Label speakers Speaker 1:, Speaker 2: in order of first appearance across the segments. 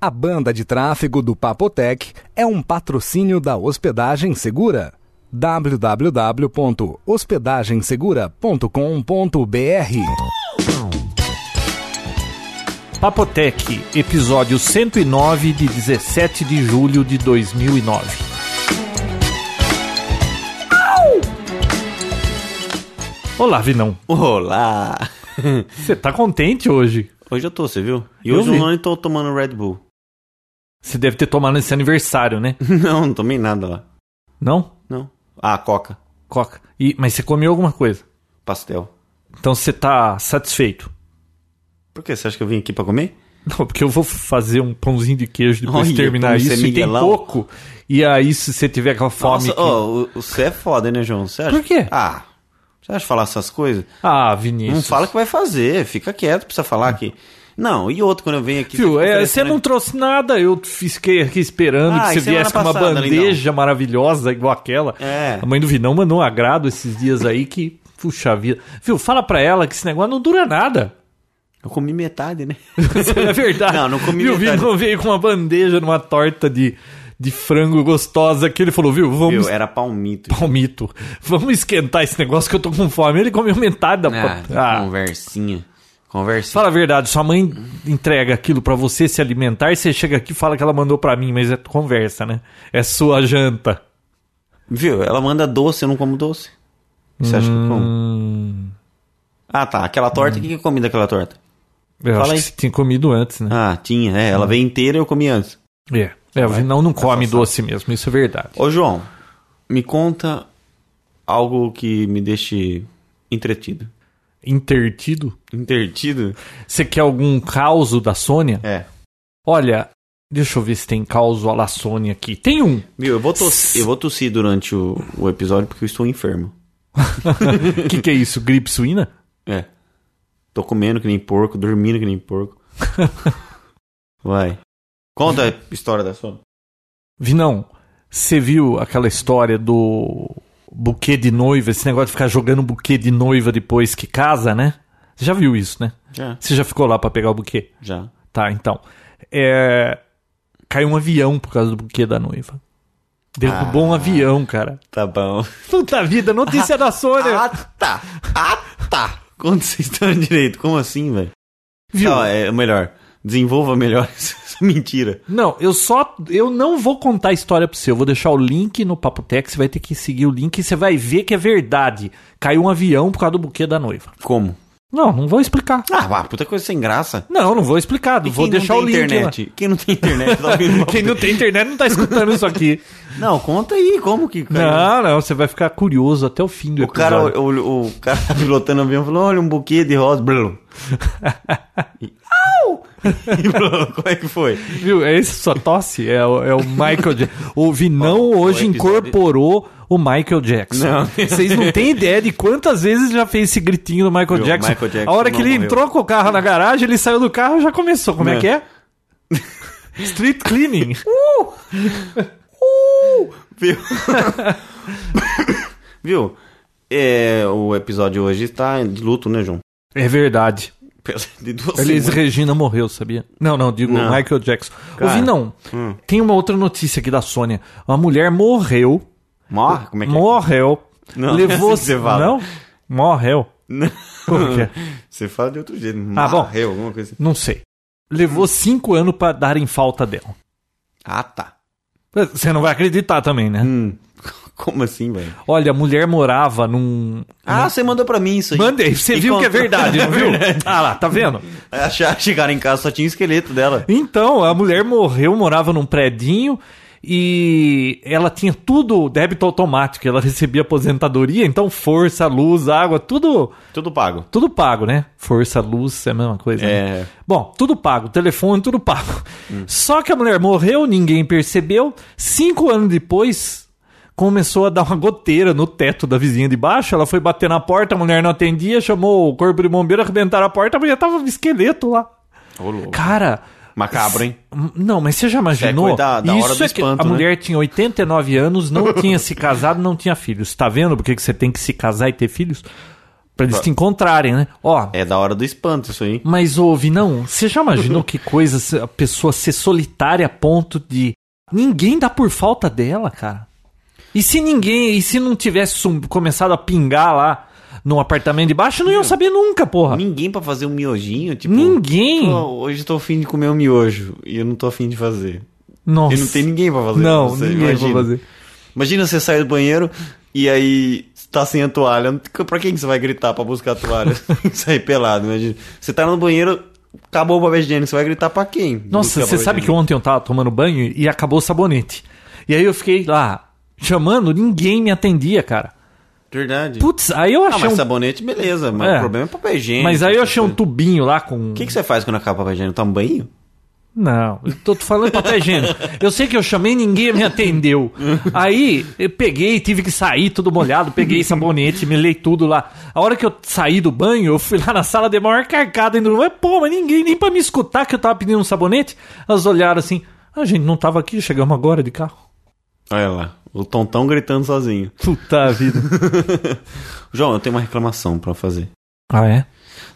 Speaker 1: A banda de tráfego do Papotec é um patrocínio da Hospedagem Segura. www.hospedagensegura.com.br
Speaker 2: Papotec, episódio 109 de 17 de julho de 2009. Olá, Vinão.
Speaker 3: Olá!
Speaker 2: Você tá contente hoje?
Speaker 3: Hoje eu tô, você viu? E
Speaker 2: Eu
Speaker 3: hoje
Speaker 2: vi.
Speaker 3: eu não tô tomando Red Bull.
Speaker 2: Você deve ter tomado nesse aniversário, né?
Speaker 3: Não, não tomei nada lá.
Speaker 2: Não?
Speaker 3: Não. Ah, Coca.
Speaker 2: Coca. E- mas você comeu alguma coisa.
Speaker 3: Pastel.
Speaker 2: Então você tá satisfeito?
Speaker 3: Por que? Você acha que eu vim aqui pra comer?
Speaker 2: Não, porque eu vou fazer um pãozinho de queijo depois de
Speaker 3: Olha,
Speaker 2: terminar
Speaker 3: como
Speaker 2: isso.
Speaker 3: você é
Speaker 2: E tem
Speaker 3: miguelão.
Speaker 2: pouco. E aí, se você tiver aquela fome.
Speaker 3: Nossa,
Speaker 2: que-
Speaker 3: ó, o- você é foda, né, João? Você acha...
Speaker 2: Por quê?
Speaker 3: Ah, você acha falar essas coisas?
Speaker 2: Ah, Vinícius.
Speaker 3: Não fala que vai fazer, fica quieto, precisa falar aqui. Não, e outro, quando eu venho aqui...
Speaker 2: Fio,
Speaker 3: fica
Speaker 2: é,
Speaker 3: oferecendo-
Speaker 2: você não trouxe nada, eu fiquei aqui esperando
Speaker 3: né? Ah,
Speaker 2: que
Speaker 3: e
Speaker 2: você
Speaker 3: semana
Speaker 2: viesse com uma
Speaker 3: passada,
Speaker 2: bandeja maravilhosa igual aquela.
Speaker 3: É.
Speaker 2: A mãe do Vinão mandou um agrado esses dias aí que, puxa vida. Fio, fala pra ela que esse negócio não dura nada.
Speaker 3: Eu comi metade, né?
Speaker 2: é verdade.
Speaker 3: Não, não comi
Speaker 2: E o
Speaker 3: metade.
Speaker 2: Vinão veio com uma bandeja numa torta de, de frango gostosa que ele falou, viu, vamos...
Speaker 3: Viu? é Era palmito.
Speaker 2: Palmito, vamos esquentar esse negócio que eu tô com fome. Ele comeu metade da
Speaker 3: Ah,
Speaker 2: pa- Ah,
Speaker 3: conversinha. Conversinha.
Speaker 2: Fala a verdade, sua mãe entrega aquilo pra você se alimentar e você chega aqui e fala que ela mandou pra mim, mas é conversa, né? É sua janta.
Speaker 3: Viu? Ela manda doce, eu não como doce. Você acha que eu como? Ah, tá. Aquela torta, o que que eu comi daquela torta?
Speaker 2: Eu
Speaker 3: Fala
Speaker 2: acho
Speaker 3: aí.
Speaker 2: que você tinha comido antes, né?
Speaker 3: Ah, tinha, é. Ela veio inteira e eu comi antes.
Speaker 2: É, é o Vinão não come doce mesmo, isso é verdade.
Speaker 3: Ô, João, me conta algo que me deixe entretido.
Speaker 2: Intertido?
Speaker 3: Intertido?
Speaker 2: Você quer algum causo da Sônia?
Speaker 3: É.
Speaker 2: Olha, deixa eu ver se tem causo a la Sônia aqui. Tem um.
Speaker 3: Viu, eu vou tossir, eu vou tossir durante o, o episódio porque eu estou enfermo.
Speaker 2: O que, que é isso? Gripe suína?
Speaker 3: É. Tô comendo que nem porco, dormindo que nem porco. Vai. Conta a história da sua.
Speaker 2: Vinão, você viu aquela história do buquê de noiva, esse negócio de ficar jogando buquê de noiva depois que casa, né? Você já viu isso, né?
Speaker 3: Já.
Speaker 2: Você já ficou lá pra pegar o buquê?
Speaker 3: Já.
Speaker 2: Tá, então. É... Caiu um avião por causa do buquê da noiva.
Speaker 3: Ah.
Speaker 2: Derrubou um avião, cara.
Speaker 3: Tá bom.
Speaker 2: Puta vida, notícia da Sônia.
Speaker 3: Ah, tá. Ah, tá. Conta essa história direito. Como assim, velho?
Speaker 2: viu?
Speaker 3: Não, é melhor. Desenvolva melhor essa mentira.
Speaker 2: Não, eu só. Eu não vou contar a história pra você. Eu vou deixar o link no Papo Tech. Você vai ter que seguir o link e você vai ver que é verdade. Caiu um avião por causa do buquê da noiva.
Speaker 3: Como?
Speaker 2: Não, não vou explicar.
Speaker 3: Ah, vá, puta coisa sem graça.
Speaker 2: Não, não vou explicar.
Speaker 3: E
Speaker 2: vou
Speaker 3: quem
Speaker 2: deixar
Speaker 3: não
Speaker 2: o
Speaker 3: tem
Speaker 2: link.
Speaker 3: internet? Quem não tem internet tá
Speaker 2: lá.
Speaker 3: ouvindo
Speaker 2: Quem não tem internet não tá escutando isso aqui.
Speaker 3: Não, conta aí, como que. cara?
Speaker 2: Não, não, você vai ficar curioso até o fim do
Speaker 3: O cara,
Speaker 2: episódio.
Speaker 3: o, o, o cara tá pilotando o avião e falou: olha, um buquê de rosa. Blum. E- Au! E falou, como é que foi?
Speaker 2: Viu? É esse sua tosse? É, o- é o Michael Jackson. O Vinão
Speaker 3: Ó, o
Speaker 2: hoje
Speaker 3: episódio-
Speaker 2: incorporou o Michael Jackson.
Speaker 3: Não.
Speaker 2: Vocês não têm ideia de quantas vezes já fez esse gritinho do Michael,
Speaker 3: Viu,
Speaker 2: Jackson.
Speaker 3: Michael Jackson
Speaker 2: A hora que
Speaker 3: não
Speaker 2: ele
Speaker 3: morreu.
Speaker 2: entrou com o carro na garagem, ele saiu do carro e já começou. Como é
Speaker 3: Não.
Speaker 2: que é? Street cleaning.
Speaker 3: Uh! Viu? Viu? É, o episódio hoje está de luto, né, João?
Speaker 2: É verdade.
Speaker 3: Pela- De duas
Speaker 2: Elis
Speaker 3: semanas.
Speaker 2: Regina morreu, sabia? Não, não, digo
Speaker 3: Não.
Speaker 2: Michael Jackson.
Speaker 3: Cara, Hum.
Speaker 2: Ouvi não. Tem uma outra notícia aqui da Sônia. Uma mulher morreu.
Speaker 3: Morre? Como é que é?
Speaker 2: Morreu.
Speaker 3: Não,
Speaker 2: levou.
Speaker 3: é assim que você fala.
Speaker 2: Não? Morreu.
Speaker 3: Não.
Speaker 2: Como que é?
Speaker 3: Você fala de outro jeito.
Speaker 2: Ah, bom.
Speaker 3: Morreu, alguma coisa assim.
Speaker 2: Não sei. Levou cinco anos pra darem falta dela.
Speaker 3: Ah, tá.
Speaker 2: Você não vai acreditar também, né?
Speaker 3: Hum, Como assim, velho?
Speaker 2: Olha, a mulher morava num.
Speaker 3: Ah, você mandou pra mim isso aí.
Speaker 2: Mandei, você
Speaker 3: E
Speaker 2: viu que é
Speaker 3: contou.
Speaker 2: verdade, não viu?
Speaker 3: É verdade.
Speaker 2: Ah lá, tá vendo?
Speaker 3: Achar, chegaram em casa, só tinha o esqueleto dela.
Speaker 2: Então, a mulher morreu, morava num predinho e ela tinha tudo débito automático. Ela recebia aposentadoria, então força, luz, água, tudo,
Speaker 3: Tudo pago.
Speaker 2: tudo pago, né? Força, luz, é a mesma coisa. né?
Speaker 3: É. Hum.
Speaker 2: Bom, tudo pago, telefone, tudo pago. Só que a mulher morreu, ninguém percebeu. Cinco anos depois, começou a dar uma goteira no teto da vizinha de baixo. Ela foi bater na porta, a mulher não atendia, chamou o corpo de bombeiro, arrebentaram a porta, a mulher tava um esqueleto lá.
Speaker 3: Ô, louco.
Speaker 2: Cara.
Speaker 3: Macabro, hein?
Speaker 2: Não, mas você já imaginou?
Speaker 3: É, coisa da- da hora
Speaker 2: Isso
Speaker 3: do
Speaker 2: é que
Speaker 3: espanto,
Speaker 2: a
Speaker 3: né?
Speaker 2: mulher tinha 89 anos, não tinha se casado, não tinha filhos. Tá vendo por que que você tem que se casar e ter filhos? Pra eles te encontrarem, né? Ó,
Speaker 3: É da hora do espanto isso aí.
Speaker 2: mas ouve, não. Você já imaginou que coisa se- a pessoa ser solitária a ponto de ninguém dá por falta dela, cara? E se ninguém, e se não tivesse sum- começado a pingar lá no apartamento de baixo, não iam saber nunca, porra.
Speaker 3: Ninguém pra fazer um miojinho, tipo.
Speaker 2: Hum. Ninguém.
Speaker 3: "Pô, hoje eu tô afim de comer um miojo e eu não tô afim de fazer.
Speaker 2: Nossa.
Speaker 3: E não tem ninguém pra fazer.
Speaker 2: Não,
Speaker 3: Você
Speaker 2: ninguém pra
Speaker 3: imagina.
Speaker 2: fazer.
Speaker 3: Imagina você sair do banheiro e aí você tá sem a toalha. Pra quem que você vai gritar pra buscar a toalha? sair pelado, imagina. Você tá no banheiro, acabou o papel higiênico, você vai gritar pra quem?
Speaker 2: Nossa, você sabe que ontem eu tava tomando banho e acabou o sabonete. E aí eu fiquei lá chamando, ninguém me atendia, cara.
Speaker 3: Verdade.
Speaker 2: Putz, aí eu
Speaker 3: ah,
Speaker 2: achei
Speaker 3: mas
Speaker 2: um...
Speaker 3: sabonete, beleza. Mas
Speaker 2: É.
Speaker 3: o problema é papel higiênico.
Speaker 2: Mas aí eu achei um
Speaker 3: O
Speaker 2: tubinho lá com...
Speaker 3: que, que você faz quando acaba o papel higiênico? Toma um banho?
Speaker 2: Não, eu tô te falando papel higiênico. Eu sei que eu chamei ninguém me atendeu. Aí eu peguei, tive que sair tudo molhado, peguei sabonete, melei tudo lá. A hora que eu saí do banho, eu fui lá na sala de maior carcada indo, mas pô, mas ninguém nem pra me escutar que eu tava pedindo um sabonete. Elas olharam assim, a gente não tava aqui, chegamos agora de carro.
Speaker 3: Olha lá, o tontão gritando sozinho.
Speaker 2: Puta vida.
Speaker 3: João, eu tenho uma reclamação pra fazer.
Speaker 2: Ah, é?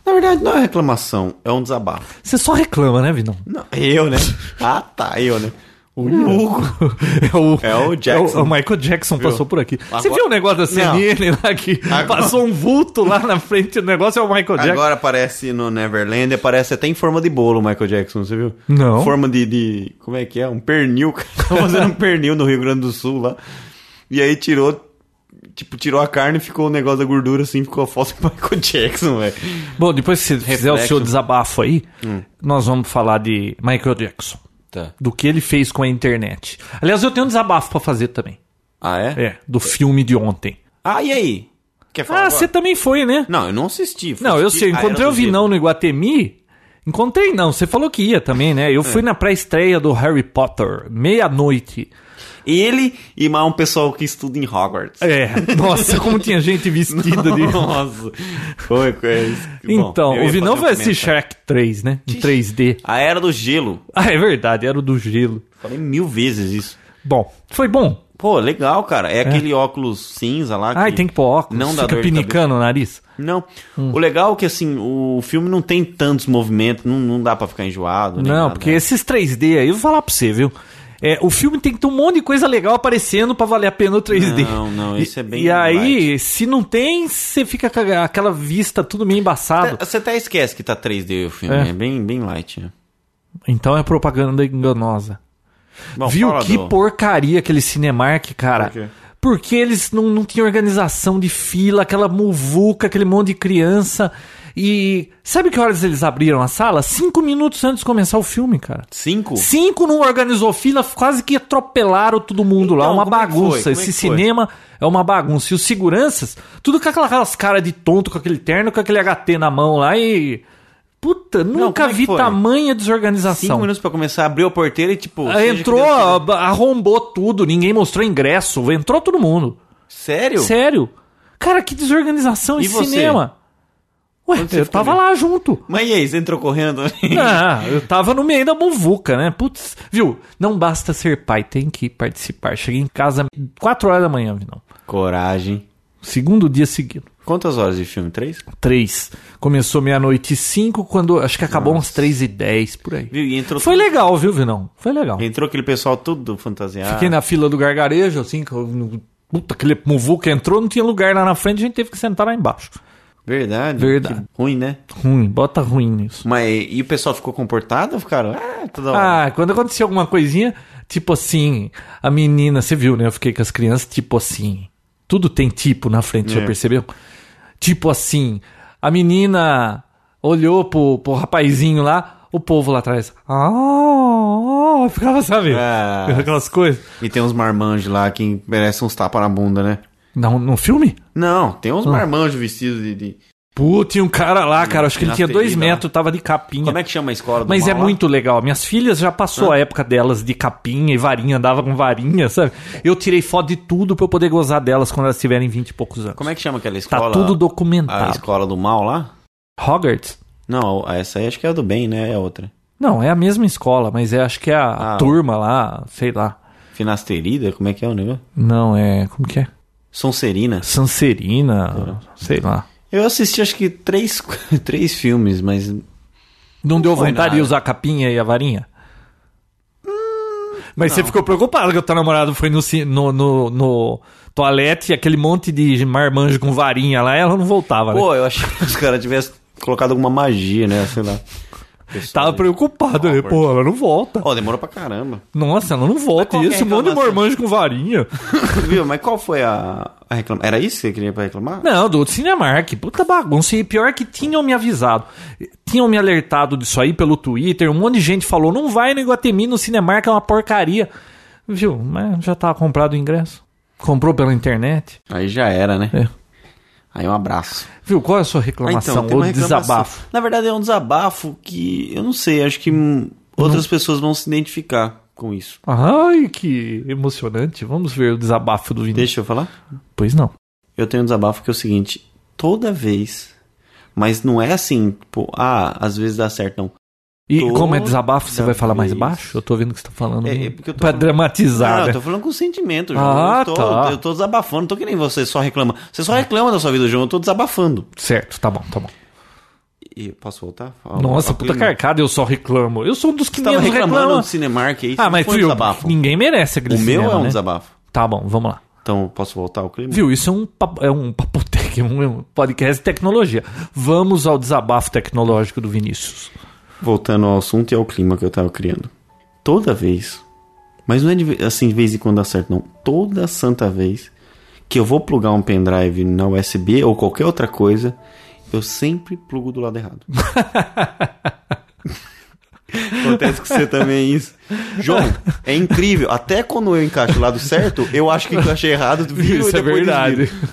Speaker 3: Na verdade, não é reclamação, é um desabafo.
Speaker 2: Você só reclama, né, Vinão?
Speaker 3: Não, eu, né? ah, tá, eu, né? O Hugo.
Speaker 2: É o,
Speaker 3: É o Jackson.
Speaker 2: é o- o Michael Jackson passou por aqui. Você
Speaker 3: Agora-
Speaker 2: viu o negócio da
Speaker 3: Não.
Speaker 2: CNN lá que
Speaker 3: Agora-
Speaker 2: passou um vulto lá na frente? O negócio é o Michael Jackson.
Speaker 3: Agora aparece no Neverland, aparece até em forma de bolo o Michael Jackson, você viu?
Speaker 2: Não.
Speaker 3: Forma de, de- Como é que é? Um pernil. cara. Tava fazendo um pernil no Rio Grande do Sul lá. E aí tirou. Tipo, tirou a carne e ficou o negócio da gordura assim, ficou a foto do Michael Jackson, velho.
Speaker 2: Bom, depois que você fizer o
Speaker 3: Reflexo. Hum.
Speaker 2: seu desabafo aí, nós vamos falar de Michael Jackson.
Speaker 3: Tá.
Speaker 2: Do que ele fez com a internet. Aliás, eu tenho um desabafo pra fazer também.
Speaker 3: Ah, é?
Speaker 2: É, do filme de ontem.
Speaker 3: Ah, e aí? Quer falar?
Speaker 2: ah,
Speaker 3: agora?
Speaker 2: você também foi, né?
Speaker 3: Não, eu não assisti. Ah, fui
Speaker 2: Não, eu
Speaker 3: assistir
Speaker 2: sei. eu
Speaker 3: A
Speaker 2: Encontrei
Speaker 3: Era
Speaker 2: o
Speaker 3: do
Speaker 2: Vinão
Speaker 3: Gelo.
Speaker 2: no Iguatemi. Encontrei, não. Você falou que ia também, né? Eu fui
Speaker 3: É.
Speaker 2: na pré-estreia do Harry Potter, meia-noite.
Speaker 3: Ele e mais um pessoal que estuda em Hogwarts.
Speaker 2: É, nossa, como tinha gente vestida de.
Speaker 3: Nossa. Foi, foi. isso. Bom,
Speaker 2: Então,
Speaker 3: eu ia
Speaker 2: o Vinão
Speaker 3: fazer um
Speaker 2: vai assistir
Speaker 3: comentário.
Speaker 2: Shrek 3, né? Em 3D.
Speaker 3: A Era do Gelo.
Speaker 2: Ah, é verdade, era o do gelo.
Speaker 3: Falei mil vezes isso.
Speaker 2: Bom, foi bom.
Speaker 3: Pô, legal, cara. É, aquele óculos cinza lá.
Speaker 2: Ai,
Speaker 3: que-
Speaker 2: Ah, tem que Hum. pôr óculos.
Speaker 3: Não dá
Speaker 2: fica
Speaker 3: dor de
Speaker 2: pinicando o nariz.
Speaker 3: Não. O legal é que, assim, o filme não tem tantos movimentos, não, não dá pra ficar enjoado. nem
Speaker 2: Não,
Speaker 3: nada.
Speaker 2: porque esses 3D aí, eu vou falar pra você, viu? É, o filme tem que ter um monte de coisa legal aparecendo pra valer a pena o 3D.
Speaker 3: Não, não, isso é bem
Speaker 2: E aí, se não tem, você fica com a- aquela vista tudo meio embaçado.
Speaker 3: Você até esquece que tá 3D o filme. É,
Speaker 2: É.
Speaker 3: bem, bem light. Né?
Speaker 2: Então é propaganda enganosa.
Speaker 3: Bom,
Speaker 2: Viu
Speaker 3: fala
Speaker 2: que
Speaker 3: do-
Speaker 2: porcaria aquele Cinemark, cara?
Speaker 3: Por quê?
Speaker 2: Porque eles não, não tinham organização de fila, aquela muvuca, aquele monte de criança. E sabe que horas eles abriram a sala? Cinco minutos antes de começar o filme, cara.
Speaker 3: Cinco?
Speaker 2: Cinco não organizou fila, quase que atropelaram todo mundo lá.
Speaker 3: Então,
Speaker 2: Uma
Speaker 3: como é que foi?
Speaker 2: bagunça.
Speaker 3: Como é
Speaker 2: Esse
Speaker 3: que foi?
Speaker 2: cinema é uma bagunça. E os seguranças, tudo com aquelas caras de tonto, com aquele terno, com aquele HT na mão lá e. Puta, nunca
Speaker 3: como é que
Speaker 2: vi
Speaker 3: foi?
Speaker 2: tamanha
Speaker 3: Cinco
Speaker 2: desorganização.
Speaker 3: minutos pra começar, abriu a porteira e, tipo...
Speaker 2: Ah,
Speaker 3: seja
Speaker 2: Entrou,
Speaker 3: que Deus quiser.
Speaker 2: ab- arrombou tudo, ninguém mostrou ingresso, entrou todo mundo.
Speaker 3: Sério?
Speaker 2: Sério? Cara, que desorganização
Speaker 3: E
Speaker 2: esse
Speaker 3: você?
Speaker 2: cinema. Ué,
Speaker 3: Onde você
Speaker 2: eu
Speaker 3: ficou
Speaker 2: tava
Speaker 3: mesmo?
Speaker 2: lá junto.
Speaker 3: Mas e aí, você entrou correndo?
Speaker 2: Ah, eu tava no meio da muvuca, né? Putz, viu? Não basta ser pai, tem que participar. Cheguei em casa 4 horas da manhã, não.
Speaker 3: Coragem.
Speaker 2: Segundo dia seguido.
Speaker 3: Quantas horas de filme? Três?
Speaker 2: 3. Começou meia-noite e 5, quando acho que acabou umas 3 e 10 por aí.
Speaker 3: Viu? um- E entrou,
Speaker 2: Foi legal, viu, Vinão? Foi legal.
Speaker 3: entrou aquele pessoal tudo fantasiado.
Speaker 2: Fiquei na fila do gargarejo, assim, que eu não- puta, aquele muvuca entrou, não tinha lugar lá na frente, a gente teve que sentar lá embaixo.
Speaker 3: Verdade.
Speaker 2: Verdade.
Speaker 3: Que ruim, né?
Speaker 2: Ruim, bota ruim nisso.
Speaker 3: Mas e o pessoal ficou comportado? Ficaram, ah, toda hora.
Speaker 2: Ah, quando acontecia alguma coisinha, tipo assim, a menina, você viu, né? Eu fiquei com as crianças, tipo assim. Tudo tem tipo na frente, já
Speaker 3: É.
Speaker 2: percebeu? Tipo assim, a menina olhou pro, pro rapazinho lá, o povo lá atrás. Ah, ah", ficava, sabe?
Speaker 3: Ah.
Speaker 2: Aquelas coisas.
Speaker 3: E tem uns marmanjos lá que merecem uns tapas na bunda, né?
Speaker 2: Não, no filme?
Speaker 3: Não, tem
Speaker 2: Ah.
Speaker 3: uns marmanjos vestidos de, de-
Speaker 2: Pô, tinha um cara lá, cara. Acho que ele
Speaker 3: na
Speaker 2: tinha dois
Speaker 3: ferida,
Speaker 2: metros, tava de capinha.
Speaker 3: Como é que chama a escola do
Speaker 2: Mas
Speaker 3: mal
Speaker 2: é
Speaker 3: lá?
Speaker 2: muito legal. Minhas filhas já passou a época delas de capinha e varinha, andava com varinha, sabe? Eu tirei foto de tudo pra eu poder gozar delas quando elas tiverem 20 e poucos anos.
Speaker 3: Como é que chama aquela
Speaker 2: Tá
Speaker 3: escola?
Speaker 2: tudo
Speaker 3: A
Speaker 2: documentado.
Speaker 3: escola do mal lá?
Speaker 2: Hogwarts?
Speaker 3: Não, a- essa aí acho que é a do bem, né? É a outra.
Speaker 2: Não, é a mesma escola, mas é, acho que é a, a
Speaker 3: Ah.
Speaker 2: turma lá, sei lá.
Speaker 3: Finasterida, como é que é o negócio?
Speaker 2: Não, é. Como que é?
Speaker 3: Sonserina.
Speaker 2: Sancerina, sei lá.
Speaker 3: Eu assisti acho que três, três filmes, mas.
Speaker 2: Não deu
Speaker 3: foi
Speaker 2: vontade de
Speaker 3: nada.
Speaker 2: usar a capinha e a varinha?
Speaker 3: Hum,
Speaker 2: Mas você ficou preocupado que o teu namorado foi no, ci- no, no, no toalete e aquele monte de marmanjo com varinha lá, ela não voltava, né?
Speaker 3: Pô, eu achei que os caras tivessem colocado alguma magia, né? Sei lá. é.
Speaker 2: Tava preocupado, né? Pô, ela não volta.
Speaker 3: Ó, demorou pra caramba.
Speaker 2: Nossa, ela não volta.
Speaker 3: Mas qual que é a
Speaker 2: Isso, um monte de
Speaker 3: reclamação?
Speaker 2: marmanjo com varinha.
Speaker 3: Viu? Mas qual foi a, a reclamação? Era isso que você queria pra reclamar?
Speaker 2: Não, do Cinemark. Puta bagunça. E pior que tinham me avisado. Tinham me alertado disso aí pelo Twitter. Um monte de gente falou: não vai no Iguatemi, no Cinemark é uma porcaria. Viu? Mas já tava comprado o ingresso. Comprou pela internet.
Speaker 3: Aí já era, né?
Speaker 2: É.
Speaker 3: Aí um abraço.
Speaker 2: Viu? Qual é a sua
Speaker 3: Ah,
Speaker 2: reclamação?
Speaker 3: tem
Speaker 2: ou
Speaker 3: uma reclamação.
Speaker 2: desabafo?
Speaker 3: Na verdade, é um desabafo que eu não sei, acho que hum, outras pessoas vão se identificar com isso.
Speaker 2: Ai, que emocionante. Vamos ver o desabafo do Vinícius.
Speaker 3: Deixa eu falar?
Speaker 2: Pois não.
Speaker 3: Eu tenho um desabafo que é o seguinte: toda vez, mas não é assim, tipo, ah, às vezes dá certo, não.
Speaker 2: E
Speaker 3: Toda
Speaker 2: como é desabafo, você vai falar mais
Speaker 3: vez.
Speaker 2: baixo? Eu tô vendo o que você tá falando.
Speaker 3: É,
Speaker 2: né?
Speaker 3: é porque eu tô
Speaker 2: pra
Speaker 3: falando-
Speaker 2: dramatizar,
Speaker 3: Não,
Speaker 2: né?
Speaker 3: eu tô falando com sentimento, João.
Speaker 2: Ah,
Speaker 3: eu, tô,
Speaker 2: tá. Ah.
Speaker 3: eu tô desabafando, não tô que nem você só reclama. Você só reclama da sua vida, João, eu tô desabafando.
Speaker 2: Certo, tá bom, tá bom.
Speaker 3: E posso voltar?
Speaker 2: Nossa, puta
Speaker 3: cara.
Speaker 2: carcada, eu só reclamo. Eu sou um dos que
Speaker 3: Você tava
Speaker 2: menos
Speaker 3: reclamando
Speaker 2: reclama.
Speaker 3: do Cinemark aí,
Speaker 2: Ah,
Speaker 3: isso
Speaker 2: mas
Speaker 3: foi um
Speaker 2: viu,
Speaker 3: desabafo.
Speaker 2: ninguém merece aquele
Speaker 3: O meu
Speaker 2: cinema,
Speaker 3: é um
Speaker 2: né?
Speaker 3: desabafo.
Speaker 2: Tá bom, vamos lá.
Speaker 3: Então, posso voltar ao clima?
Speaker 2: Viu, isso é um, papo- é um papotec, é um é um podcast de tecnologia. Vamos ao desabafo tecnológico do Vinícius.
Speaker 3: Voltando ao assunto e ao clima que eu tava criando. Toda vez, mas não é de, ve- assim de vez em quando dá certo, não. Toda santa vez que eu vou plugar um pendrive na USB ou qualquer outra coisa, eu sempre plugo do lado errado. Acontece com você também isso. João, é incrível. Até quando eu encaixo o lado certo, eu acho que encaixei errado. Viro e
Speaker 2: isso é
Speaker 3: depois
Speaker 2: verdade.
Speaker 3: desviro.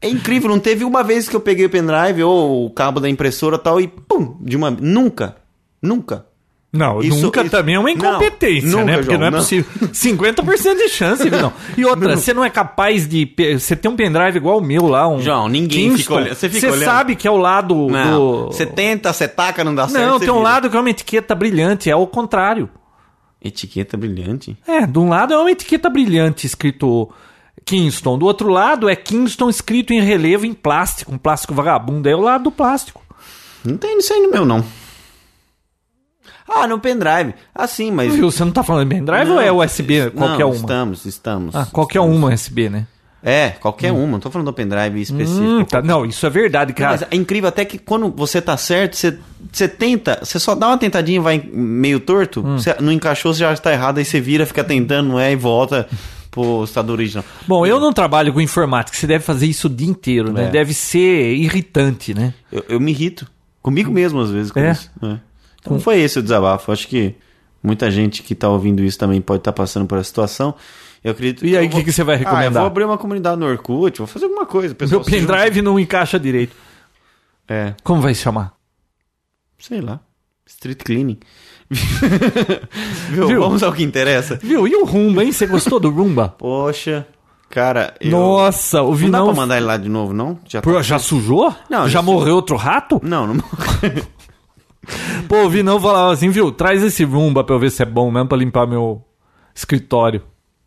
Speaker 3: É incrível, não teve uma vez que eu peguei o pendrive ou o cabo da impressora e tal e pum, de uma nunca. Nunca.
Speaker 2: Não,
Speaker 3: Isso-
Speaker 2: nunca
Speaker 3: isso-
Speaker 2: também é uma
Speaker 3: Não,
Speaker 2: incompetência,
Speaker 3: nunca,
Speaker 2: né? Porque
Speaker 3: João,
Speaker 2: não é
Speaker 3: não.
Speaker 2: possível. 50% de chance, não. E outra, você não é capaz de. pe- Você tem um pendrive igual o meu lá, um.
Speaker 3: João, ninguém fica olhando- você fica olhando.
Speaker 2: sabe que é o lado do.
Speaker 3: Você tenta, você taca, não dá certo.
Speaker 2: Não,
Speaker 3: você
Speaker 2: tem um
Speaker 3: vira.
Speaker 2: lado que é uma etiqueta brilhante, é o contrário.
Speaker 3: Etiqueta brilhante.
Speaker 2: É, de um lado é uma etiqueta brilhante escrito Kingston, do outro lado é Kingston escrito em relevo em plástico, um plástico vagabundo, é o lado do plástico.
Speaker 3: Não tem isso aí no meu, não. Ah, no pendrive. Ah, sim, mas.
Speaker 2: Viu, você não tá falando de pendrive ou é
Speaker 3: Não,
Speaker 2: USB,
Speaker 3: es-
Speaker 2: qualquer
Speaker 3: não,
Speaker 2: uma?
Speaker 3: Estamos, estamos.
Speaker 2: Ah, qualquer
Speaker 3: estamos.
Speaker 2: uma USB, né?
Speaker 3: É, qualquer uma. Não tô falando do pendrive específico.
Speaker 2: Hum, tá, não, isso é verdade,
Speaker 3: Não, Mas
Speaker 2: cara.
Speaker 3: é incrível até que quando você tá certo, você, você tenta, você só dá uma tentadinha e vai meio torto,
Speaker 2: Hum.
Speaker 3: você não encaixou, você já tá errado, aí você vira, fica tentando, não é, e volta pro estado original.
Speaker 2: Bom, eu não trabalho com informática, você deve fazer isso o dia inteiro, né?
Speaker 3: É.
Speaker 2: Deve ser irritante, né?
Speaker 3: Eu, eu me irrito. Comigo mesmo, às vezes, com
Speaker 2: É?
Speaker 3: isso. É. Então foi esse o desabafo. Acho que muita gente que tá ouvindo isso também pode estar passando por essa situação. Eu acredito
Speaker 2: E aí,
Speaker 3: eu
Speaker 2: o que, que você vai
Speaker 3: Ah, eu vou
Speaker 2: recomendar?
Speaker 3: abrir uma comunidade no Orkut, vou fazer alguma coisa.
Speaker 2: Meu
Speaker 3: pessoal se junta.
Speaker 2: pendrive não encaixa direito.
Speaker 3: É,
Speaker 2: Como vai se chamar?
Speaker 3: sei lá. Street cleaning. Viu?
Speaker 2: Viu?
Speaker 3: Vamos ao que interessa.
Speaker 2: Viu, e o Rumba, hein? Você gostou do Rumba?
Speaker 3: Poxa, cara, eu...
Speaker 2: Nossa, o
Speaker 3: Não dá
Speaker 2: Vinão
Speaker 3: pra mandar ele lá de novo, não? Já tá-
Speaker 2: Pô, já sujou?
Speaker 3: Não,
Speaker 2: já
Speaker 3: já
Speaker 2: morreu outro rato?
Speaker 3: Não, não...
Speaker 2: Pô, o Vinão falava assim, viu? Traz esse rumba pra eu ver se é bom mesmo pra limpar meu escritório.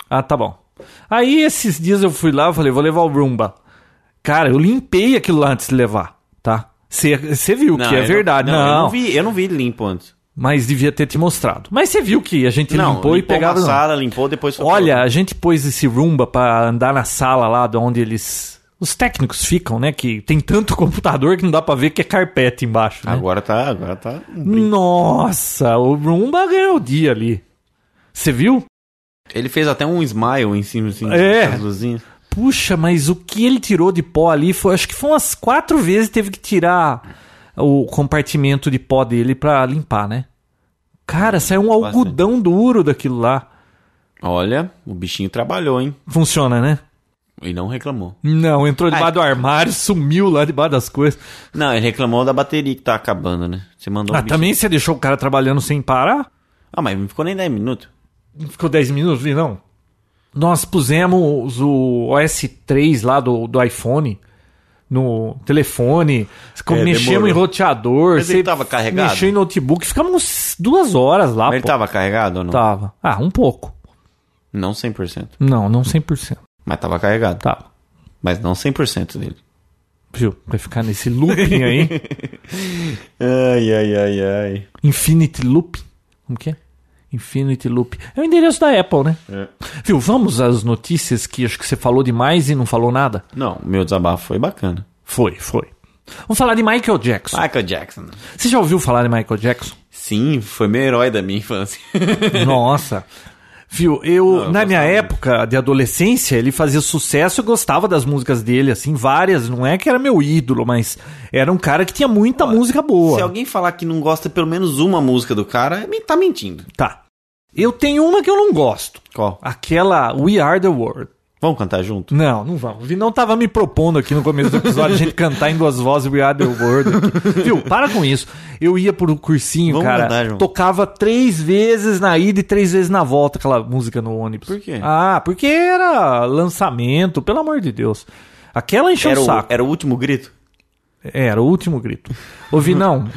Speaker 2: Ah, tá bom. Aí esses dias eu fui lá, eu falei, vou levar o rumba. Cara, eu limpei aquilo lá antes de levar, tá? Você viu
Speaker 3: Não,
Speaker 2: que é
Speaker 3: eu
Speaker 2: verdade,
Speaker 3: não,
Speaker 2: não.
Speaker 3: Eu não, vi, eu não vi ele limpo antes.
Speaker 2: Mas devia ter te mostrado. Mas você viu que a gente
Speaker 3: não,
Speaker 2: limpou e pegava.
Speaker 3: a
Speaker 2: não.
Speaker 3: sala, limpou, depois... foi
Speaker 2: Olha,
Speaker 3: pro-
Speaker 2: a gente pôs esse Roomba pra andar na sala lá de onde eles. Os técnicos ficam, né? Que tem tanto computador que não dá pra ver que é carpete embaixo. Né? Hum.
Speaker 3: Agora tá, agora tá...
Speaker 2: Nossa, o Roomba ganhou o dia ali. Você viu?
Speaker 3: Ele fez até um smile em cima, assim,
Speaker 2: É.
Speaker 3: das luzinhas.
Speaker 2: Puxa, mas o que ele tirou de pó ali foi. Acho que foi umas quatro vezes que teve que tirar o compartimento de pó dele pra limpar, né? Cara, saiu um
Speaker 3: Bastante.
Speaker 2: algodão duro daquilo lá.
Speaker 3: Olha, o bichinho trabalhou, hein?
Speaker 2: Funciona, né?
Speaker 3: E não reclamou.
Speaker 2: Não, entrou debaixo
Speaker 3: Ai.
Speaker 2: do armário, sumiu lá debaixo das coisas.
Speaker 3: Não, ele reclamou da bateria que tá acabando, né? Você mandou...
Speaker 2: Ah,
Speaker 3: o bichinho-
Speaker 2: também você deixou o cara trabalhando sem parar?
Speaker 3: Ah, mas não ficou nem 10 minutos.
Speaker 2: Não Ficou 10 minutos, vi não? Nós pusemos o OS 3 lá do, do iPhone no telefone, ficou-
Speaker 3: É,
Speaker 2: mexemos
Speaker 3: demorou.
Speaker 2: em roteador,
Speaker 3: Mas ele
Speaker 2: você
Speaker 3: tava carregado?
Speaker 2: mexeu em notebook, ficamos duas horas lá,
Speaker 3: mas ele
Speaker 2: Ah, pô.
Speaker 3: tava carregado ou não?
Speaker 2: Tava. Ah, um pouco.
Speaker 3: Não 100%.
Speaker 2: Não, não 100%.
Speaker 3: Mas tava carregado.
Speaker 2: Tava.
Speaker 3: Mas não 100% dele.
Speaker 2: Viu? Vai ficar nesse looping aí.
Speaker 3: Ai, ai, ai, ai.
Speaker 2: Infinity Loop. Como que é? Infinity Loop. É o endereço da Apple, né?
Speaker 3: É.
Speaker 2: Viu? Vamos às notícias que acho que você falou demais e não falou nada?
Speaker 3: Não, meu desabafo foi bacana.
Speaker 2: Foi, foi. Vamos falar de Michael Jackson.
Speaker 3: Michael Jackson.
Speaker 2: Você já ouviu falar de Michael Jackson?
Speaker 3: Sim, foi meu herói da minha infância.
Speaker 2: Nossa. Viu, eu,
Speaker 3: eu
Speaker 2: na minha
Speaker 3: gostava
Speaker 2: época de adolescência, ele fazia sucesso, eu gostava das músicas dele, assim, várias. Não é que era meu ídolo, mas era um cara que tinha muita música boa.
Speaker 3: Se alguém falar que não gosta pelo menos uma música do cara, me- tá mentindo.
Speaker 2: Tá. Eu tenho uma que eu não gosto.
Speaker 3: Qual?
Speaker 2: Aquela We Are the World.
Speaker 3: Vamos cantar junto?
Speaker 2: Não, não vamos. O Vinão tava me propondo aqui no começo do episódio a gente cantar em duas vozes We Are the World. aqui. Viu? Para com isso. Eu ia pro cursinho,
Speaker 3: Vamos
Speaker 2: cara.
Speaker 3: cantar junto.
Speaker 2: tocava três vezes na ida e três vezes na volta aquela música no ônibus.
Speaker 3: Por quê?
Speaker 2: Ah, porque era lançamento, pelo amor de Deus. Aquela encheu
Speaker 3: Era
Speaker 2: o
Speaker 3: o,
Speaker 2: saco.
Speaker 3: era o último grito?
Speaker 2: É, Era o último grito. Ô, Vinão,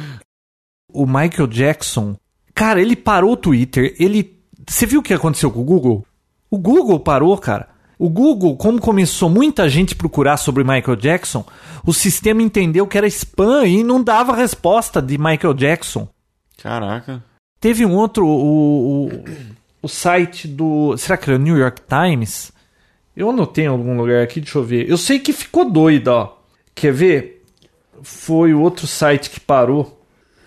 Speaker 2: o Michael Jackson, cara, ele parou o Twitter, ele. Você viu o que aconteceu com o Google? O Google parou, cara. O Google, como começou muita gente procurar sobre Michael Jackson, o sistema entendeu que era spam e não dava resposta de Michael Jackson.
Speaker 3: Caraca.
Speaker 2: Teve um outro, o, o, o site do. Será que era o New York Times? Eu anotei em algum lugar aqui, deixa eu ver. Eu sei que ficou doido, ó. Quer ver? Foi o outro site que parou.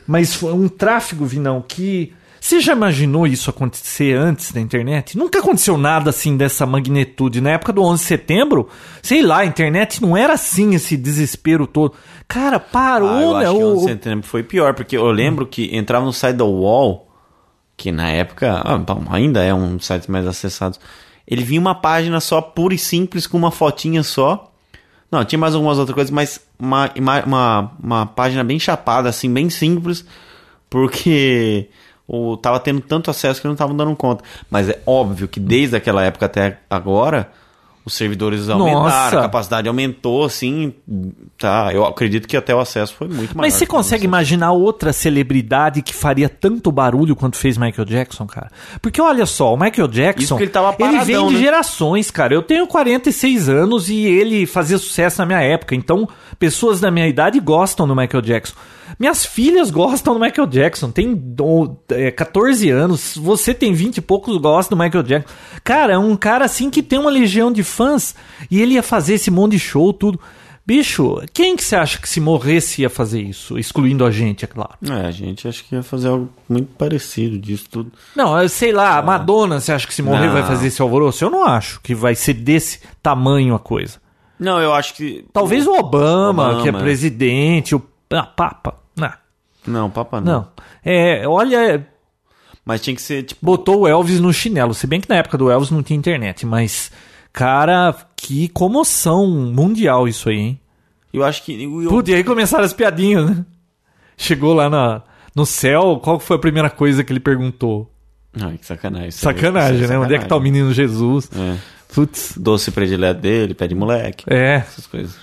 Speaker 2: Mas foi um tráfego, Vinão, que. Você já imaginou isso acontecer antes da internet? Nunca aconteceu nada assim dessa magnitude. Na época do 11 de setembro, sei lá, a internet não era assim, esse desespero todo. Cara, parou,
Speaker 3: Ah, eu
Speaker 2: né?
Speaker 3: acho que
Speaker 2: O-
Speaker 3: 11 de setembro foi pior, porque eu lembro que entrava no site da UOL, que na época ah, bom, ainda é um dos sites mais acessados. Ele vinha uma página só, pura e simples, com uma fotinha só. Não, tinha mais algumas outras coisas, mas uma, uma, uma, uma página bem chapada, assim, bem simples, porque o, tava tendo tanto acesso que não estavam dando conta. Mas é óbvio que desde aquela época até agora, os servidores aumentaram,
Speaker 2: Nossa!
Speaker 3: a capacidade aumentou, assim, tá, eu acredito que até o acesso foi muito maior.
Speaker 2: Mas você
Speaker 3: que tava
Speaker 2: consegue
Speaker 3: no
Speaker 2: imaginar outra celebridade que faria tanto barulho quanto fez Michael Jackon, cara? Porque olha só, o Michael
Speaker 3: Isso
Speaker 2: Jackson,
Speaker 3: que ele tava
Speaker 2: ele
Speaker 3: paradão,
Speaker 2: vem de
Speaker 3: né?
Speaker 2: gerações, cara. Eu tenho 46 anos e ele fazia sucesso na minha época. Então, pessoas da minha idade gostam do Michael Jackson. Minhas filhas gostam do Michael Jackson. Tem do- é, 14 anos. Você tem 20 e poucos, gosta do Michael Jackson. Cara, é um cara assim que tem uma legião de fãs e ele ia fazer esse monte de show, tudo. Bicho, quem que você acha que se morresse ia fazer isso? Excluindo a gente, é claro.
Speaker 3: É, a gente acho que ia fazer algo muito parecido disso tudo.
Speaker 2: Não, eu sei lá, a Madonna, você acha que se morrer
Speaker 3: Ah. Não.
Speaker 2: vai fazer esse alvoroço? Eu não acho que vai ser desse tamanho a coisa.
Speaker 3: Não, eu acho que.
Speaker 2: Talvez o Obama,
Speaker 3: Obama,
Speaker 2: que é
Speaker 3: é.
Speaker 2: presidente, o ah, Papa. Não,
Speaker 3: Não, papa não.
Speaker 2: não. É, olha,
Speaker 3: Mas tinha que ser, tipo.
Speaker 2: botou o Elvis no chinelo. Se bem que na época do Elvis não tinha internet, mas, cara, que comoção mundial isso aí, hein?
Speaker 3: Eu acho que. eu- eu-
Speaker 2: Puta, e aí começaram as piadinhas, né? Chegou lá na, no céu, qual que foi a primeira coisa que ele perguntou?
Speaker 3: Ai, que sacanagem. isso aí.
Speaker 2: Sacanagem,
Speaker 3: Isso
Speaker 2: né? Onde é que tá o
Speaker 3: sacanagem.
Speaker 2: menino Jesus?
Speaker 3: É.
Speaker 2: Putz.
Speaker 3: Doce predileto dele, pé de moleque,
Speaker 2: É,
Speaker 3: essas coisas.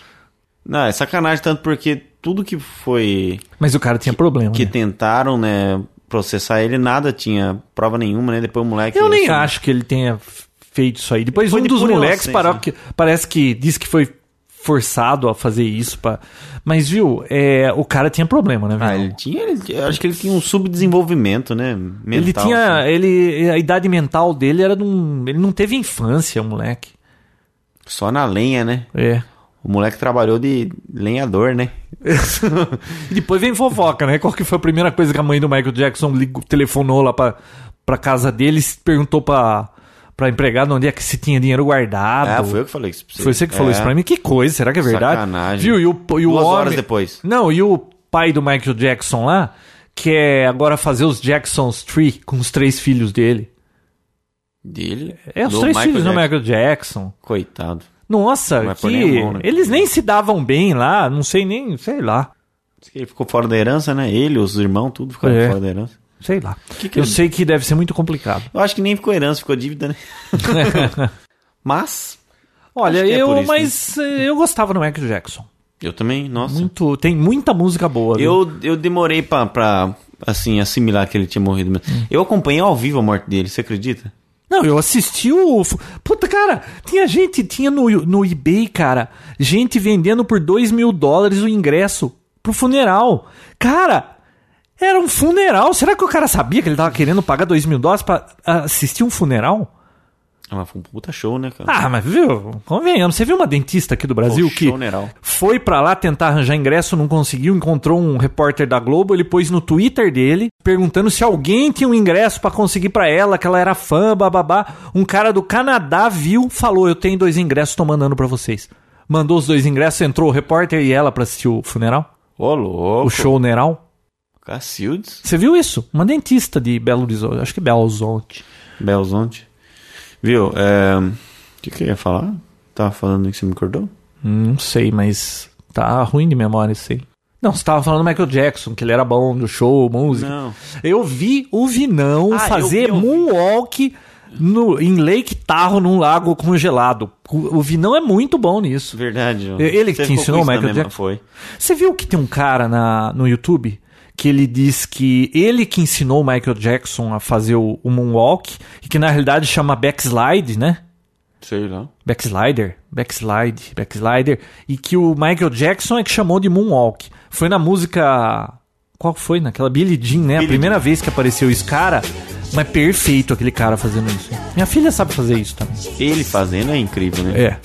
Speaker 3: Não, é sacanagem tanto porque tudo que foi.
Speaker 2: mas o cara tinha problema.
Speaker 3: que
Speaker 2: né?
Speaker 3: tentaram, né, processar ele, nada tinha prova nenhuma, né? Depois o moleque.
Speaker 2: Eu nem
Speaker 3: assim,
Speaker 2: acho que ele tenha f- feito isso aí. Depois
Speaker 3: Foi
Speaker 2: um
Speaker 3: de
Speaker 2: dos
Speaker 3: pura
Speaker 2: moleques
Speaker 3: inocência,
Speaker 2: parou
Speaker 3: né?
Speaker 2: que, parece que disse que foi forçado a fazer isso. Pra... Mas, viu, é, o cara tinha problema, né,
Speaker 3: Ah,
Speaker 2: Vinão?
Speaker 3: ele tinha. ele- eu acho que ele tinha um subdesenvolvimento, né? Mental.
Speaker 2: Ele tinha.
Speaker 3: assim.
Speaker 2: Ele, a idade mental dele era de um. Ele não teve infância, moleque.
Speaker 3: Só na lenha, né?
Speaker 2: É.
Speaker 3: O moleque trabalhou de lenhador, né?
Speaker 2: E depois vem fofoca, né? Qual que foi a primeira coisa que a mãe do Michael Jackson ligou, telefonou lá pra, pra casa dele e se perguntou pra, pra empregada onde é que se tinha dinheiro guardado.
Speaker 3: Ah, foi eu que falei isso pra você.
Speaker 2: Foi você que falou
Speaker 3: É.
Speaker 2: isso pra mim? Que coisa, será que é verdade?
Speaker 3: Sacanagem.
Speaker 2: Viu? E o, e o
Speaker 3: Duas
Speaker 2: homem...
Speaker 3: horas depois.
Speaker 2: Não, e o pai do Michael Jackson lá, que é agora fazer os Jackson's Tree com os três filhos dele.
Speaker 3: Dele.
Speaker 2: É, os
Speaker 3: do
Speaker 2: três
Speaker 3: Michael
Speaker 2: filhos do
Speaker 3: Jackson.
Speaker 2: Michael Jackson.
Speaker 3: Coitado.
Speaker 2: Nossa,
Speaker 3: Não é
Speaker 2: que
Speaker 3: por nenhum, né?
Speaker 2: eles nem se davam bem lá, não sei nem, sei lá,
Speaker 3: Diz que Ele ficou fora da herança, né? Ele, os irmãos, tudo ficaram
Speaker 2: É.
Speaker 3: fora da herança.
Speaker 2: sei lá.
Speaker 3: Que que
Speaker 2: Eu
Speaker 3: ele-
Speaker 2: sei que deve ser muito complicado.
Speaker 3: Eu acho que nem ficou herança, ficou dívida, né? Mas,
Speaker 2: Olha,
Speaker 3: Acho que é
Speaker 2: eu,
Speaker 3: por isso,
Speaker 2: mas eh, eu gostava do Michael Jackson.
Speaker 3: eu também, nossa.
Speaker 2: Muito, tem muita música boa. viu?
Speaker 3: Eu, eu demorei
Speaker 2: Hum.
Speaker 3: pra, pra, assim, assimilar que ele tinha morrido. mesmo. Eu acompanhei ao vivo a morte dele, você acredita?
Speaker 2: Não, eu assisti o. Puta, cara, tinha gente, tinha no, no eBay, cara, gente vendendo por 2 mil dólares o ingresso pro funeral. Cara, era um funeral. Será que o cara sabia que ele tava querendo pagar 2 mil dólares pra assistir um funeral?
Speaker 3: Ah, mas foi um puta show, né, cara?
Speaker 2: Ah, mas viu, convenhamos. Você viu uma dentista aqui do Brasil
Speaker 3: Pô,
Speaker 2: que
Speaker 3: showneral.
Speaker 2: foi pra lá tentar arranjar ingresso, não conseguiu, encontrou um repórter da Globo, ele pôs no Twitter dele perguntando se alguém tinha um ingresso pra conseguir pra ela, que ela era fã, bababá. Um cara do Canadá viu, falou: "Eu tenho dois ingressos, tô mandando pra vocês". Mandou os dois ingressos, entrou o repórter e ela pra assistir o funeral,
Speaker 3: Ô, louco.
Speaker 2: o show neral.
Speaker 3: Cacildes.
Speaker 2: Você viu isso? Uma dentista de Belo Horizonte, acho que Belo Horizonte.
Speaker 3: Belzonte. Viu? é, O que, que eu ia falar? Tava falando que você me acordou?
Speaker 2: Hum, Não sei, mas tá ruim de memória isso aí. Não, você tava falando do Michael Jackson, que ele era bom do show, música.
Speaker 3: Não.
Speaker 2: Eu vi o Vinão
Speaker 3: Ah, eu
Speaker 2: fazer
Speaker 3: vi, eu vi.
Speaker 2: moonwalk no, em Lake Tahoe, num lago congelado. O, o Vinão é muito bom nisso.
Speaker 3: Verdade. João.
Speaker 2: Ele que
Speaker 3: Você
Speaker 2: te
Speaker 3: ficou
Speaker 2: ensinou
Speaker 3: com isso
Speaker 2: o
Speaker 3: na
Speaker 2: Michael
Speaker 3: memória?
Speaker 2: Jackson?
Speaker 3: Foi.
Speaker 2: Você viu que tem um cara na, no YouTube que ele diz que ele que ensinou o Michael Jackson a fazer o, o moonwalk, e que na realidade chama backslide, né?
Speaker 3: Sei lá.
Speaker 2: Backslider, backslide, backslider, e que o Michael Jackson é que chamou de moonwalk. Foi na música qual foi? Naquela Billie Jean, né? a
Speaker 3: Billie
Speaker 2: primeira vez que apareceu esse cara, mas perfeito aquele cara fazendo isso. Minha filha sabe fazer isso também.
Speaker 3: Ele fazendo é incrível, né?
Speaker 2: É.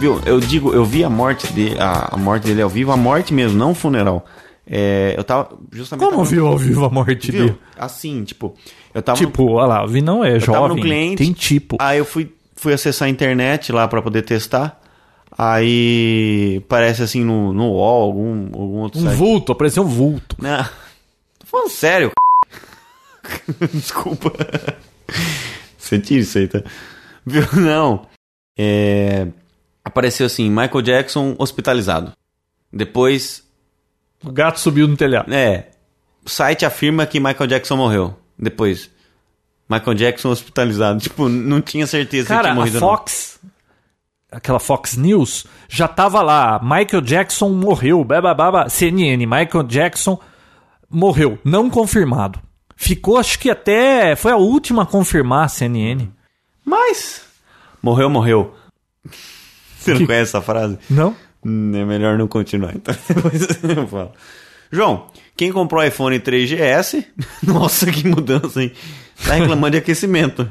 Speaker 3: Viu? Eu digo, eu vi a morte dele, a, a morte dele ao vivo, a morte mesmo, não o funeral. É, eu tava justamente.
Speaker 2: Como
Speaker 3: tava-
Speaker 2: viu ao vivo a morte
Speaker 3: Viu?
Speaker 2: dele?
Speaker 3: Assim, tipo, eu tava no-
Speaker 2: Tipo, olha lá, vi não é
Speaker 3: eu tava
Speaker 2: jovem,
Speaker 3: no cliente.
Speaker 2: tem tipo.
Speaker 3: Aí eu fui, fui acessar a internet lá pra poder testar. Aí parece assim no, no UOL, algum, algum outro
Speaker 2: Um
Speaker 3: site.
Speaker 2: vulto, apareceu um vulto.
Speaker 3: Não. Tô falando sério, c****. Desculpa. Você tira isso aí, tá? Viu? Não. É... Apareceu assim, Michael Jackson hospitalizado. Depois,
Speaker 2: O gato subiu no telhado.
Speaker 3: é... O site afirma que Michael Jackson morreu. Depois, Michael Jackson hospitalizado. Tipo, não tinha certeza se
Speaker 2: Cara,
Speaker 3: tinha
Speaker 2: a
Speaker 3: morrido ou
Speaker 2: Fox, aquela Fox News, já tava lá. Michael Jackson morreu. Babababa, CNN, Michael Jackson morreu. Não confirmado. Ficou, acho que até. Foi a última a confirmar a CNN.
Speaker 3: não. Mas... Morreu, morreu. Você não conhece essa frase?
Speaker 2: Não?
Speaker 3: Hum, É melhor não continuar, então depois eu falo. João, quem comprou iPhone 3GS, nossa, que mudança, hein? Tá reclamando de aquecimento.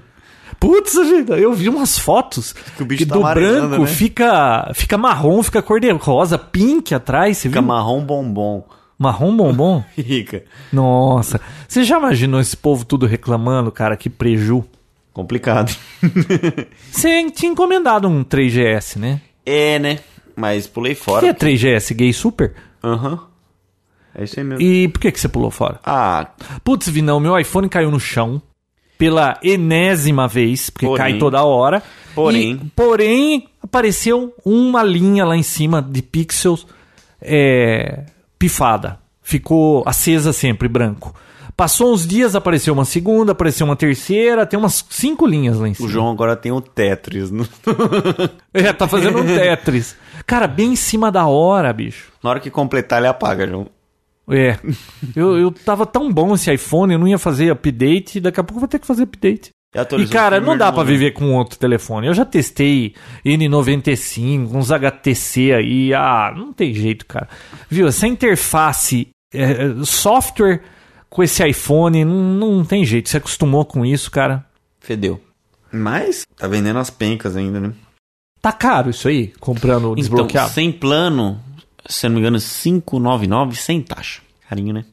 Speaker 2: Putz, gente, eu vi umas fotos que,
Speaker 3: o bicho tá
Speaker 2: do
Speaker 3: amarelando,
Speaker 2: branco
Speaker 3: né?
Speaker 2: fica, fica marrom, fica cor de rosa, pink atrás, você
Speaker 3: Fica
Speaker 2: viu?
Speaker 3: marrom bombom.
Speaker 2: Marrom bombom.
Speaker 3: Fica.
Speaker 2: Nossa, você já imaginou esse povo tudo reclamando, cara, que preju?
Speaker 3: Complicado.
Speaker 2: Você tinha encomendado um 3GS, né?
Speaker 3: É, né? Mas pulei
Speaker 2: O que é
Speaker 3: fora.
Speaker 2: 3GS gay super?
Speaker 3: Aham. É isso aí mesmo.
Speaker 2: E por que, que você pulou fora?
Speaker 3: Ah,
Speaker 2: Putz, Vinão, meu iPhone caiu no chão pela enésima vez, porque
Speaker 3: Porém.
Speaker 2: cai toda hora.
Speaker 3: Porém.
Speaker 2: E, porém, apareceu uma linha lá em cima de pixels é, pifada. Ficou acesa sempre, branco. Passou uns dias, apareceu uma segunda, apareceu uma terceira, tem umas cinco linhas lá em
Speaker 3: o
Speaker 2: cima.
Speaker 3: João agora tem o Tetris. no-
Speaker 2: É, tá fazendo um Tetris. Cara, bem em cima da hora, bicho.
Speaker 3: Na hora que completar, ele apaga, João.
Speaker 2: É. Eu, eu tava tão bom esse iPhone, eu não ia fazer update, daqui a pouco eu vou ter que fazer update. E
Speaker 3: Ele atualizou
Speaker 2: cara,
Speaker 3: o
Speaker 2: não
Speaker 3: firmware
Speaker 2: dá
Speaker 3: de
Speaker 2: pra
Speaker 3: novo, né?
Speaker 2: viver com outro telefone. Eu já testei N95, uns HTC aí, ah, não tem jeito, cara. Viu? Essa interface, é, software com esse iPhone, não, não tem jeito. Você acostumou com isso, cara.
Speaker 3: Fedeu. Mas tá vendendo as pencas ainda, né?
Speaker 2: Tá caro isso aí, comprando
Speaker 3: Então,
Speaker 2: desbloqueado.
Speaker 3: sem plano, se eu não me engano, 599 sem taxa. Carinho, né?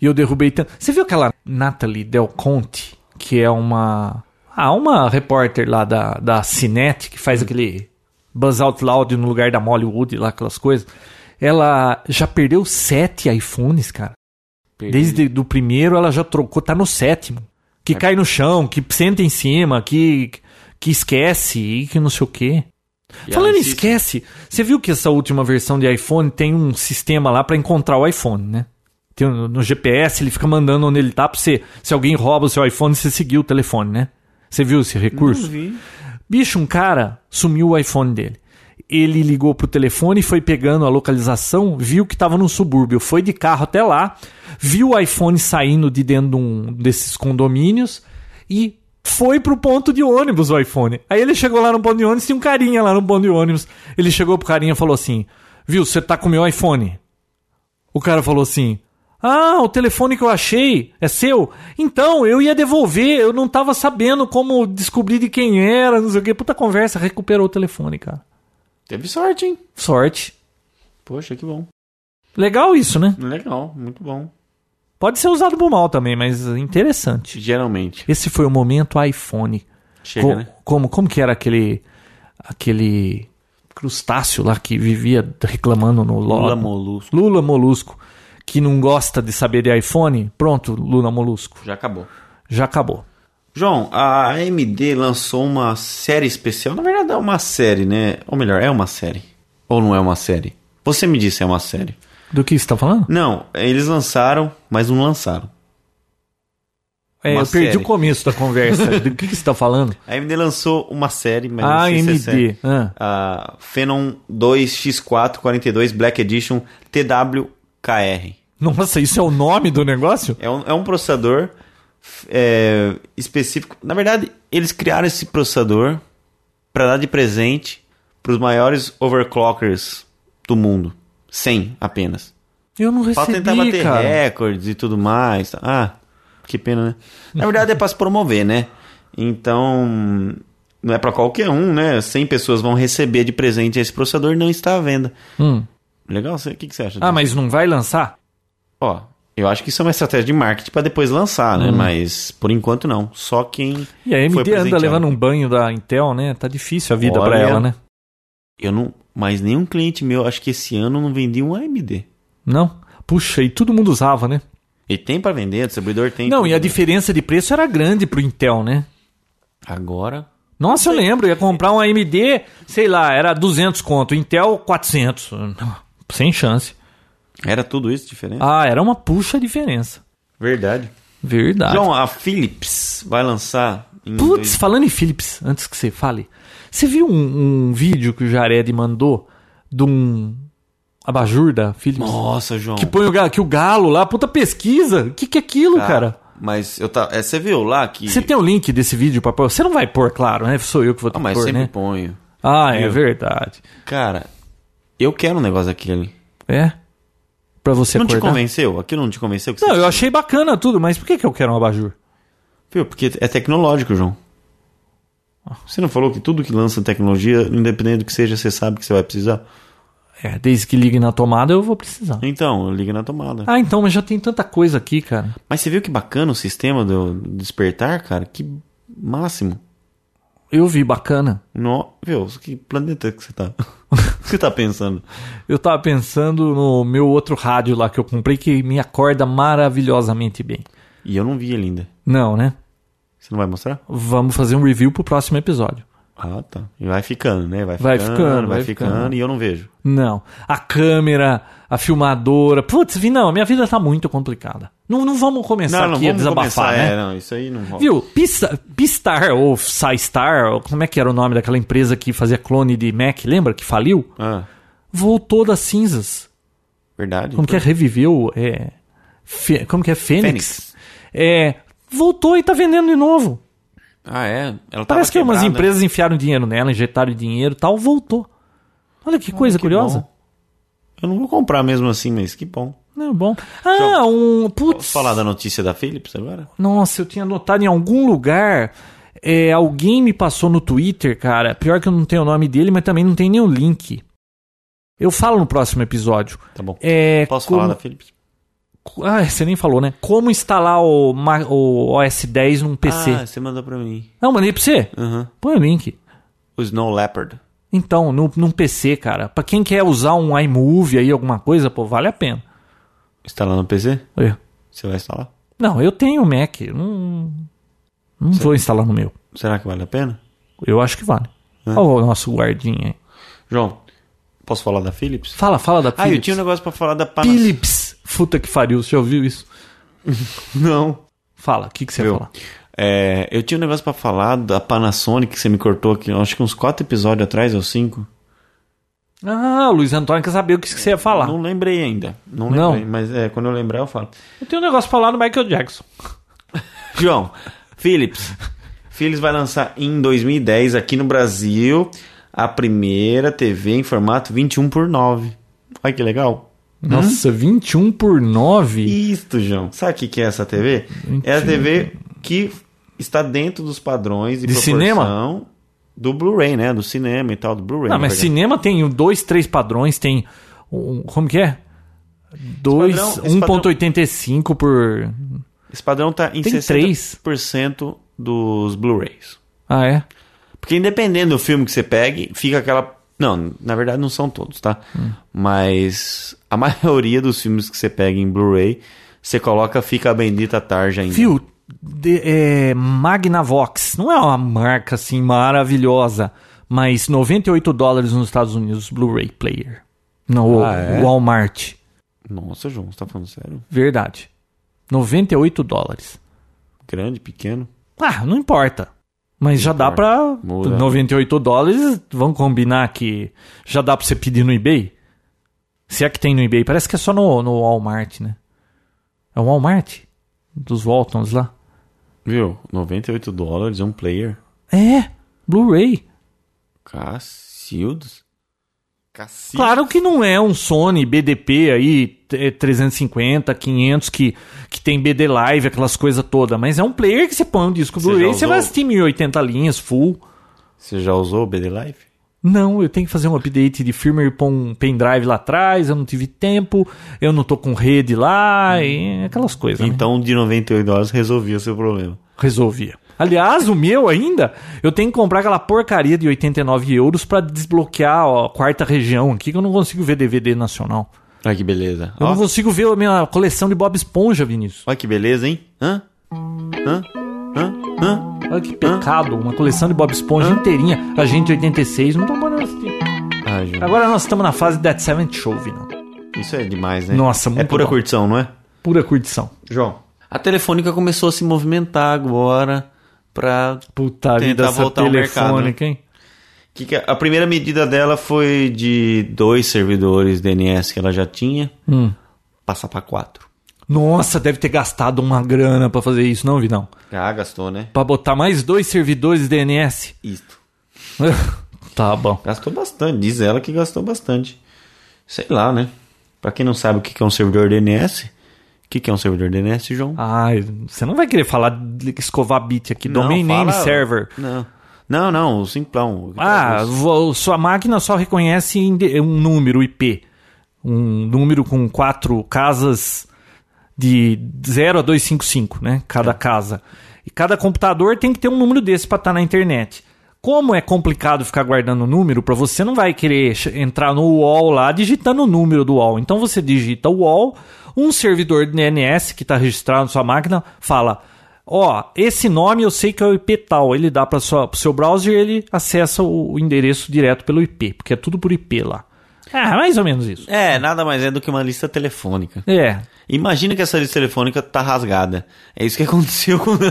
Speaker 2: E eu derrubei tanto. Você viu aquela Natalie Del Conte, que é uma. Ah, uma repórter lá da, da Cinete, que faz aquele Buzz Out Loud no lugar da Molly Wood, lá aquelas coisas. Ela já perdeu sete iPhones, cara. Desde do primeiro ela já trocou, tá no sétimo. Que cai no chão, que senta em cima, que, que esquece e que não sei o quê.
Speaker 3: E
Speaker 2: Falando
Speaker 3: ela
Speaker 2: em
Speaker 3: insiste.
Speaker 2: esquece, você viu que essa última versão de iPhone tem um sistema lá pra encontrar o iPhone, né? Tem um- no GPS ele fica mandando onde ele tá pra você. Se alguém rouba o seu iPhone, você seguir o telefone, né? Você viu esse recurso? Bicho, um cara sumiu o iPhone dele. Ele ligou pro telefone, foi pegando a localização, viu que tava num subúrbio, foi de carro até lá, viu o iPhone saindo de dentro de um desses condomínios e foi pro ponto de ônibus o iPhone. Aí ele chegou lá no ponto de ônibus, tinha um carinha lá no ponto de ônibus. Ele chegou pro carinha e falou assim: Viu, você tá com o meu iPhone? O cara falou assim: Ah, o telefone que eu achei é seu? Então, eu ia devolver, eu não tava sabendo como descobrir de quem era, não sei o que. Puta conversa, recuperou o telefone, cara.
Speaker 3: Teve sorte, hein?
Speaker 2: Sorte.
Speaker 3: Poxa, que bom.
Speaker 2: Legal isso, né?
Speaker 3: Legal, muito bom.
Speaker 2: Pode ser usado pro mal também, mas interessante.
Speaker 3: Geralmente.
Speaker 2: Esse foi o momento iPhone.
Speaker 3: Chega,
Speaker 2: Co-
Speaker 3: né?
Speaker 2: como, como que era aquele aquele crustáceo lá que vivia reclamando no lo-
Speaker 3: Lula molusco.
Speaker 2: Lula Molusco, que não gosta de saber de iPhone. Pronto, Lula Molusco,
Speaker 3: Já acabou.
Speaker 2: já acabou.
Speaker 3: João, a AMD lançou uma série especial. Na verdade, é uma série, né? Ou melhor, é uma série. Ou não é uma série? Você me disse é uma série.
Speaker 2: Do que você tá falando?
Speaker 3: Não, eles lançaram, mas não lançaram.
Speaker 2: É, eu
Speaker 3: Uma
Speaker 2: perdi
Speaker 3: série.
Speaker 2: o começo da conversa. Do que que você tá falando?
Speaker 3: A AMD lançou uma série, mas
Speaker 2: Ah,
Speaker 3: não sei se é série.
Speaker 2: AMD. Ah,
Speaker 3: A Phenom 2X442 Black Edition TWKR.
Speaker 2: Nossa, isso é o nome do negócio?
Speaker 3: É um, é um processador f- é, específico. Na verdade, eles criaram esse processador para dar de presente para os maiores overclockers do mundo. 100 apenas.
Speaker 2: Eu não
Speaker 3: Pra
Speaker 2: recebi,
Speaker 3: tentar bater É.
Speaker 2: cara.
Speaker 3: recordes e tudo mais. Ah, que pena, né? Na verdade é pra se promover, né? Então, não é pra qualquer um, né? 100 pessoas vão receber de presente esse processador e não está à venda.
Speaker 2: Hum.
Speaker 3: Legal? Você- O que, que você acha?
Speaker 2: Ah,
Speaker 3: disso?
Speaker 2: mas não vai lançar?
Speaker 3: Ó, eu acho que isso é uma estratégia de marketing pra depois lançar, né? Mas, por enquanto, não. Só quem...
Speaker 2: E a AMD anda
Speaker 3: presenteado.
Speaker 2: levando um banho da Intel, né? Tá difícil a vida pra
Speaker 3: Olha.
Speaker 2: ela, né?
Speaker 3: Eu não... Mas nenhum cliente meu, acho que esse ano, não vendia um AMD.
Speaker 2: Não? Puxa, e todo mundo usava, né?
Speaker 3: E tem pra vender, o distribuidor tem.
Speaker 2: não,
Speaker 3: tudo,
Speaker 2: e a
Speaker 3: né?
Speaker 2: diferença de preço era grande pro Intel, né?
Speaker 3: Agora...
Speaker 2: Nossa, eu lembro, eu ia comprar um AMD, sei lá, era 200 conto, Intel 400. Sem chance.
Speaker 3: Era tudo isso diferente?
Speaker 2: Ah, era uma puxa diferença.
Speaker 3: Verdade.
Speaker 2: Verdade.
Speaker 3: João, a Philips vai lançar em
Speaker 2: Putz,
Speaker 3: dois-
Speaker 2: falando em Philips, antes que você fale, você viu um, um vídeo que o Jared mandou de um abajur da Philips?
Speaker 3: Nossa, João.
Speaker 2: Que põe o galo, que o galo lá, puta pesquisa. O que, que é aquilo, cara?
Speaker 3: Mas eu tá, é, você viu lá que
Speaker 2: Você tem o link desse vídeo pra pôr? Você não vai pôr, claro, né? Sou eu que vou ter
Speaker 3: Ah,
Speaker 2: que
Speaker 3: mas
Speaker 2: pôr,
Speaker 3: sempre
Speaker 2: né?
Speaker 3: ponho.
Speaker 2: Ah, é
Speaker 3: Eu.
Speaker 2: verdade.
Speaker 3: Cara, eu quero um negócio daquele.
Speaker 2: É? Pra você
Speaker 3: não te
Speaker 2: acordar?
Speaker 3: convenceu? Aquilo não te convenceu que
Speaker 2: Não,
Speaker 3: você
Speaker 2: eu achei bacana tudo, mas por que, que eu quero um abajur?
Speaker 3: Viu? Porque é tecnológico, João.
Speaker 2: Ah.
Speaker 3: Você não falou que tudo que lança tecnologia, independente do que seja, você sabe que você vai precisar?
Speaker 2: É, desde que ligue na tomada eu vou precisar.
Speaker 3: Então, liga na tomada.
Speaker 2: Ah, então, mas já tem tanta coisa aqui, cara.
Speaker 3: Mas você viu que bacana o sistema do despertar, cara? Que máximo.
Speaker 2: Eu vi, bacana.
Speaker 3: No... Viu? Que planeta que você tá? o que você tá pensando?
Speaker 2: Eu tava pensando no meu outro rádio lá que eu comprei que me acorda maravilhosamente bem.
Speaker 3: E eu não vi ele ainda.
Speaker 2: Não, né?
Speaker 3: Você não vai mostrar?
Speaker 2: Vamos fazer um review pro próximo episódio.
Speaker 3: Ah, tá. E vai ficando, né? Vai ficando,
Speaker 2: Vai
Speaker 3: vai
Speaker 2: ficando,
Speaker 3: ficando,
Speaker 2: vai ficando.
Speaker 3: e eu não vejo.
Speaker 2: Não. A câmera, a filmadora. Putz, vi, não, minha vida tá muito complicada. Não, não vamos começar aqui a desabafar,
Speaker 3: começar,
Speaker 2: né?
Speaker 3: É, não, isso aí não rola.
Speaker 2: Viu, Pista- Pistar ou Psystar, ou como é que era o nome daquela empresa que fazia clone de Mac, lembra? Que faliu?
Speaker 3: Ah,
Speaker 2: Voltou das cinzas.
Speaker 3: verdade.
Speaker 2: Como que é? Reviveu. É, Fê- como que é? Fênix?
Speaker 3: Fênix.
Speaker 2: É, voltou e tá vendendo de novo.
Speaker 3: Ah, é? Ela tava
Speaker 2: Parece que umas
Speaker 3: quebrada.
Speaker 2: empresas enfiaram dinheiro nela, injetaram dinheiro e tal, voltou. Olha que coisa
Speaker 3: Que
Speaker 2: curiosa.
Speaker 3: bom. Eu não vou comprar mesmo assim, mas que bom.
Speaker 2: Não, bom. Ah, um. Putz.
Speaker 3: Posso falar da notícia da Philips agora?
Speaker 2: Nossa, eu tinha notado em algum lugar. é, alguém me passou no Twitter, cara. Pior que eu não tenho o nome dele, mas também não tem nenhum link. Eu falo no próximo episódio.
Speaker 3: Tá bom.
Speaker 2: É,
Speaker 3: Posso
Speaker 2: como-
Speaker 3: falar da Philips?
Speaker 2: Ah, você nem falou, né? Como instalar o, Ma- o OS 10 num PC.
Speaker 3: Ah, você mandou pra mim.
Speaker 2: Não, mandei pra você.
Speaker 3: Aham.
Speaker 2: Põe o link.
Speaker 3: O Snow Leopard.
Speaker 2: Então, no, num PC, cara. Pra quem quer usar um iMovie aí, alguma coisa, pô, vale a pena.
Speaker 3: Instalar no PC?
Speaker 2: Eu-
Speaker 3: Você vai instalar?
Speaker 2: Não, eu tenho um Mac. eu Não, não vou instalar no meu.
Speaker 3: Será que vale a pena?
Speaker 2: Eu acho que vale.
Speaker 3: É.
Speaker 2: Olha o nosso guardinha aí.
Speaker 3: João, posso falar da Philips?
Speaker 2: Fala, fala da
Speaker 3: Ah,
Speaker 2: Philips.
Speaker 3: eu tinha um negócio pra falar da Panasonic.
Speaker 2: Philips. Puta que pariu, você já ouviu isso?
Speaker 3: Não.
Speaker 2: Fala, o que, que você
Speaker 3: Viu?
Speaker 2: ia falar?
Speaker 3: É, eu tinha um negócio pra falar da Panasonic que você me cortou aqui, acho que uns quatro episódios atrás, ou cinco.
Speaker 2: Ah, o Luiz Antônio quer saber o que, que você ia falar.
Speaker 3: Não lembrei ainda. Não
Speaker 2: Não.
Speaker 3: lembrei, mas é, quando eu lembrar eu falo.
Speaker 2: Eu tenho um negócio pra falar do Michael Jackson.
Speaker 3: João, Philips Philips vai lançar em 2010 aqui no Brasil a primeira TV em formato 21 por 9. Olha que legal.
Speaker 2: Nossa, 21 por 9?
Speaker 3: Isto, João. Sabe o que que é essa TV? É a TV que está dentro dos padrões de,
Speaker 2: De
Speaker 3: proporção
Speaker 2: cinema?
Speaker 3: do Blu-ray, né? Do cinema e tal, do Blu-ray.
Speaker 2: Não,
Speaker 3: na
Speaker 2: mas
Speaker 3: verdade.
Speaker 2: cinema tem o dois, três padrões, tem. Um, como que é? Dois-
Speaker 3: Esse padrão- esse
Speaker 2: 1.85 por.
Speaker 3: Esse padrão tá em
Speaker 2: Tem
Speaker 3: 60% dos Blu-rays.
Speaker 2: Ah, é?
Speaker 3: Porque independente do filme que você pegue, fica aquela. Não, na verdade não são todos, tá?
Speaker 2: Hum.
Speaker 3: Mas a maioria dos filmes que você pega em Blu-ray, você coloca Fica a Bendita Tarja ainda.
Speaker 2: Viu? De, é, Magnavox. Não é uma marca assim maravilhosa, mas 98 dólares nos Estados Unidos, Blu-ray player. No
Speaker 1: Ah, é?
Speaker 2: Walmart.
Speaker 3: Nossa, João, você tá falando sério?
Speaker 2: Verdade. 98 dólares.
Speaker 3: Grande, pequeno.
Speaker 2: Ah, não importa. Mas já dá pra.
Speaker 3: importa. Muda.
Speaker 2: 98 dólares, vamos combinar que já dá pra você pedir no eBay? Se é que tem no eBay. Parece que é só no, no Walmart, né? É o Walmart? Dos Waltons lá.
Speaker 3: Viu? 98 dólares, um player.
Speaker 2: É, Blu-ray.
Speaker 3: Cacildos. Cacildos.
Speaker 2: Claro que não é um Sony BDP aí, t- eh, 350, 500, que, que tem BD Live, aquelas coisas todas. Mas é um player que você põe um disco
Speaker 3: Você
Speaker 2: Blu-ray
Speaker 3: já
Speaker 2: e você vai
Speaker 3: usou?
Speaker 2: assistir 1080 linhas, full.
Speaker 3: Você já usou o BD Live?
Speaker 2: Não, eu tenho que fazer um update de firmware para um pendrive lá atrás, eu não tive tempo, eu não tô com rede lá, e aquelas coisas. né?
Speaker 3: Então, de 98 dólares, resolvia seu problema.
Speaker 2: Resolvia. Aliás, o meu ainda, eu tenho que comprar aquela porcaria de 89 euros para desbloquear ó, a quarta região aqui, que eu não consigo ver DVD nacional.
Speaker 3: Olha que beleza.
Speaker 2: Eu
Speaker 3: Ó,
Speaker 2: não consigo ver a minha coleção de Bob Esponja, Vinícius.
Speaker 3: Olha que beleza, hein? Hã? Hã? Hã? Hã?
Speaker 2: Olha que pecado, uma coleção de Bob Esponja inteirinha. A gente 86, não estão podendo assistir.
Speaker 3: Ah, João.
Speaker 2: Agora nós estamos na fase Dead Seventh Show, Vinão.
Speaker 3: Isso é demais, né?
Speaker 2: Nossa, muito
Speaker 3: É pura
Speaker 2: bom.
Speaker 3: curtição, não é?
Speaker 2: Pura curtição.
Speaker 3: João. A Telefônica começou a se movimentar agora pra...
Speaker 2: Puta vida,
Speaker 3: Tentar
Speaker 2: essa
Speaker 3: voltar ao mercado,
Speaker 2: telefônica, hein?
Speaker 3: Que que a- a primeira medida dela foi de dois servidores DNS que ela já tinha, passar pra quatro.
Speaker 2: Nossa, deve ter gastado uma grana pra fazer isso, não, Vinão?
Speaker 3: Ah, gastou, né?
Speaker 2: Pra botar mais dois servidores DNS.
Speaker 3: Isto.
Speaker 2: tá bom.
Speaker 3: Gastou bastante, diz ela que gastou bastante. Sei lá, né? Pra quem não sabe o que que é um servidor DNS, o que que é um servidor DNS, João?
Speaker 2: Ai, você não vai querer falar de escovar bit aqui.
Speaker 3: Não,
Speaker 2: Domain Name
Speaker 3: fala-
Speaker 2: Server.
Speaker 3: Não, não, não o simplão.
Speaker 2: Ah, vo- sua máquina só reconhece em de- um número IP. Um número com quatro casas de 0 a 255, né? Cada casa. E cada computador tem que ter um número desse para estar na internet. Como é complicado ficar guardando o número, para você não vai querer che- entrar no UOL lá digitando o número do UOL. Então você digita o UOL, um servidor de DNS que está registrado na sua máquina fala: Ó, esse nome eu sei que é o IP tal. Ele dá para o seu browser e ele acessa o o endereço direto pelo IP, porque é tudo por IP lá. Ah, mais ou menos isso.
Speaker 3: É, nada mais é do que uma lista telefônica.
Speaker 2: É,
Speaker 3: Imagina que essa lista telefônica tá rasgada. É isso que aconteceu com da...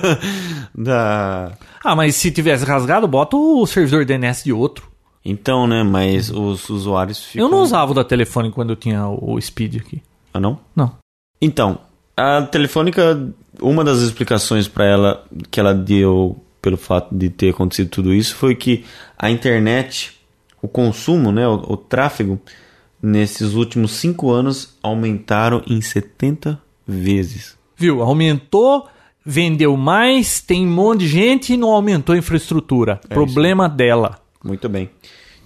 Speaker 3: da-
Speaker 2: Ah, mas se tivesse rasgado, bota o servidor DNS de outro.
Speaker 3: Então, né, mas os usuários ficam...
Speaker 2: Eu não usava o da telefone quando eu tinha o o Speed aqui.
Speaker 3: Ah, não?
Speaker 2: Não.
Speaker 3: Então, a Telefônica, uma das explicações para ela que ela deu pelo fato de ter acontecido tudo isso foi que a internet, o consumo, né, o, o tráfego, nesses últimos cinco anos aumentaram em 70 vezes.
Speaker 2: Viu? Aumentou, vendeu mais, tem um monte de gente e não aumentou a infraestrutura. Problema dela.
Speaker 3: Muito bem.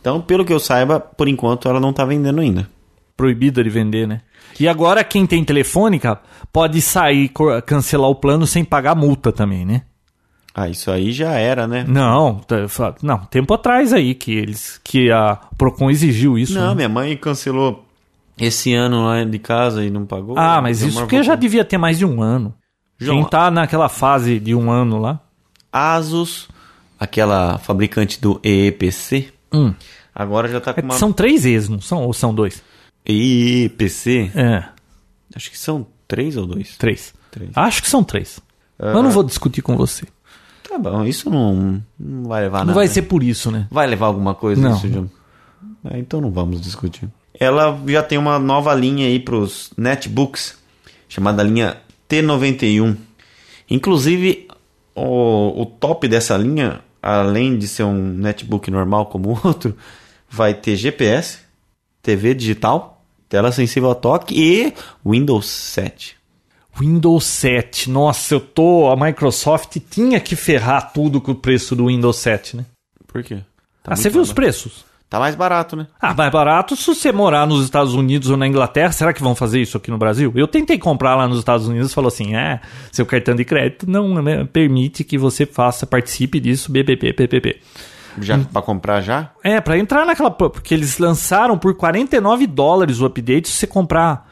Speaker 3: Então, pelo que eu saiba, por enquanto ela não está vendendo ainda.
Speaker 2: Proibida de vender, né? E agora quem tem telefônica pode sair, co- cancelar o plano sem pagar multa também, né?
Speaker 3: Ah, isso aí já era, né?
Speaker 2: Não, tá- fa- não, tempo atrás aí que eles que a Procon exigiu isso.
Speaker 3: Não,
Speaker 2: né?
Speaker 3: minha mãe cancelou esse ano lá de casa e não pagou.
Speaker 2: Ah, mas
Speaker 3: Minha
Speaker 2: isso
Speaker 3: mãe
Speaker 2: porque já
Speaker 3: voltou.
Speaker 2: devia ter mais de um ano.
Speaker 3: João,
Speaker 2: Quem tá naquela fase de um ano lá.
Speaker 3: Asus, aquela fabricante do EEPC,
Speaker 2: Hum.
Speaker 3: agora já tá com
Speaker 2: É,
Speaker 3: uma
Speaker 2: São três ex, não são? Ou são dois?
Speaker 3: EEPC,
Speaker 2: É,
Speaker 3: acho que são três ou dois.
Speaker 2: três.
Speaker 3: Três. É.
Speaker 2: Acho que são três. Mas eu não vou discutir com você.
Speaker 3: Tá bom, isso não, não vai levar
Speaker 2: Ah, Não
Speaker 3: nada.
Speaker 2: vai
Speaker 3: né?
Speaker 2: ser por isso, né?
Speaker 3: Vai levar alguma coisa
Speaker 2: Não.
Speaker 3: isso, João? Ah, então não vamos discutir. Ela já tem uma nova linha aí pros netbooks, chamada linha T91. Inclusive, o, o top dessa linha, além de ser um netbook normal como o outro, vai ter GPS, TV digital, tela sensível a toque e Windows 7.
Speaker 2: Windows 7. Nossa, eu tô. A Microsoft tinha que ferrar tudo com o preço do Windows 7, né?
Speaker 3: Por quê?
Speaker 2: ah,
Speaker 3: Tá muito
Speaker 2: você viu
Speaker 3: mais
Speaker 2: os
Speaker 3: barato.
Speaker 2: preços?
Speaker 3: Tá mais barato, né?
Speaker 2: Ah, mais barato se você morar nos Estados Unidos ou na Inglaterra. Será que vão fazer isso aqui no Brasil? Eu tentei comprar lá nos Estados Unidos falou assim: ah, seu cartão de crédito não né, permite que você faça, participe disso, BBB, PPP. Hum.
Speaker 3: Já pra comprar já?
Speaker 2: É, pra entrar naquela. pro- Porque eles lançaram por 49 dólares o update se você comprar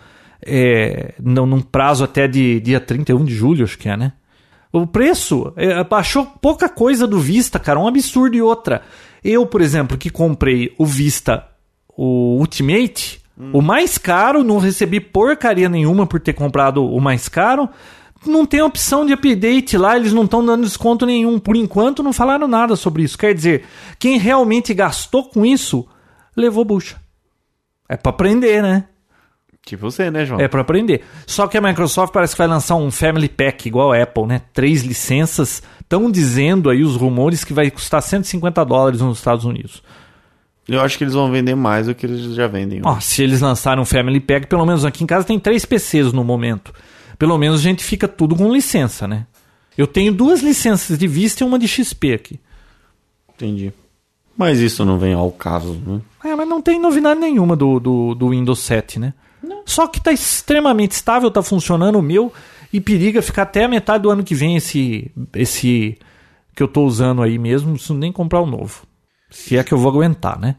Speaker 2: é, num, num prazo até de dia 31 de julho, acho que é, né? O preço é, baixou pouca coisa do Vista, cara, um absurdo e outra. Eu, por exemplo, que comprei o Vista, o Ultimate, o mais caro, não recebi porcaria nenhuma por ter comprado o mais caro. Não tem opção de update lá, eles não estão dando desconto nenhum. Por enquanto, não falaram nada sobre isso. Quer dizer, quem realmente gastou com isso, levou bucha. É pra aprender, né?
Speaker 3: Tipo você, né, João?
Speaker 2: É pra aprender. Só que a Microsoft parece que vai lançar um Family Pack igual a Apple, né? Três licenças. Estão dizendo aí os rumores que vai custar 150 dólares nos Estados Unidos.
Speaker 3: Eu acho que eles vão vender mais do que eles já vendem.
Speaker 2: Ó, se eles lançarem um Family Pack, pelo menos aqui em casa tem três PCs no momento. Pelo menos a gente fica tudo com licença, né? Eu tenho duas licenças de Vista e uma de XP aqui.
Speaker 3: Entendi. Mas isso não vem ao caso, né?
Speaker 2: É, mas não tem novidade nenhuma do, do, do Windows 7, né? Só que tá extremamente estável, tá funcionando o meu e periga ficar até a metade do ano que vem esse esse que eu tô usando aí mesmo, não preciso nem comprar o novo. Se é que eu vou aguentar, né?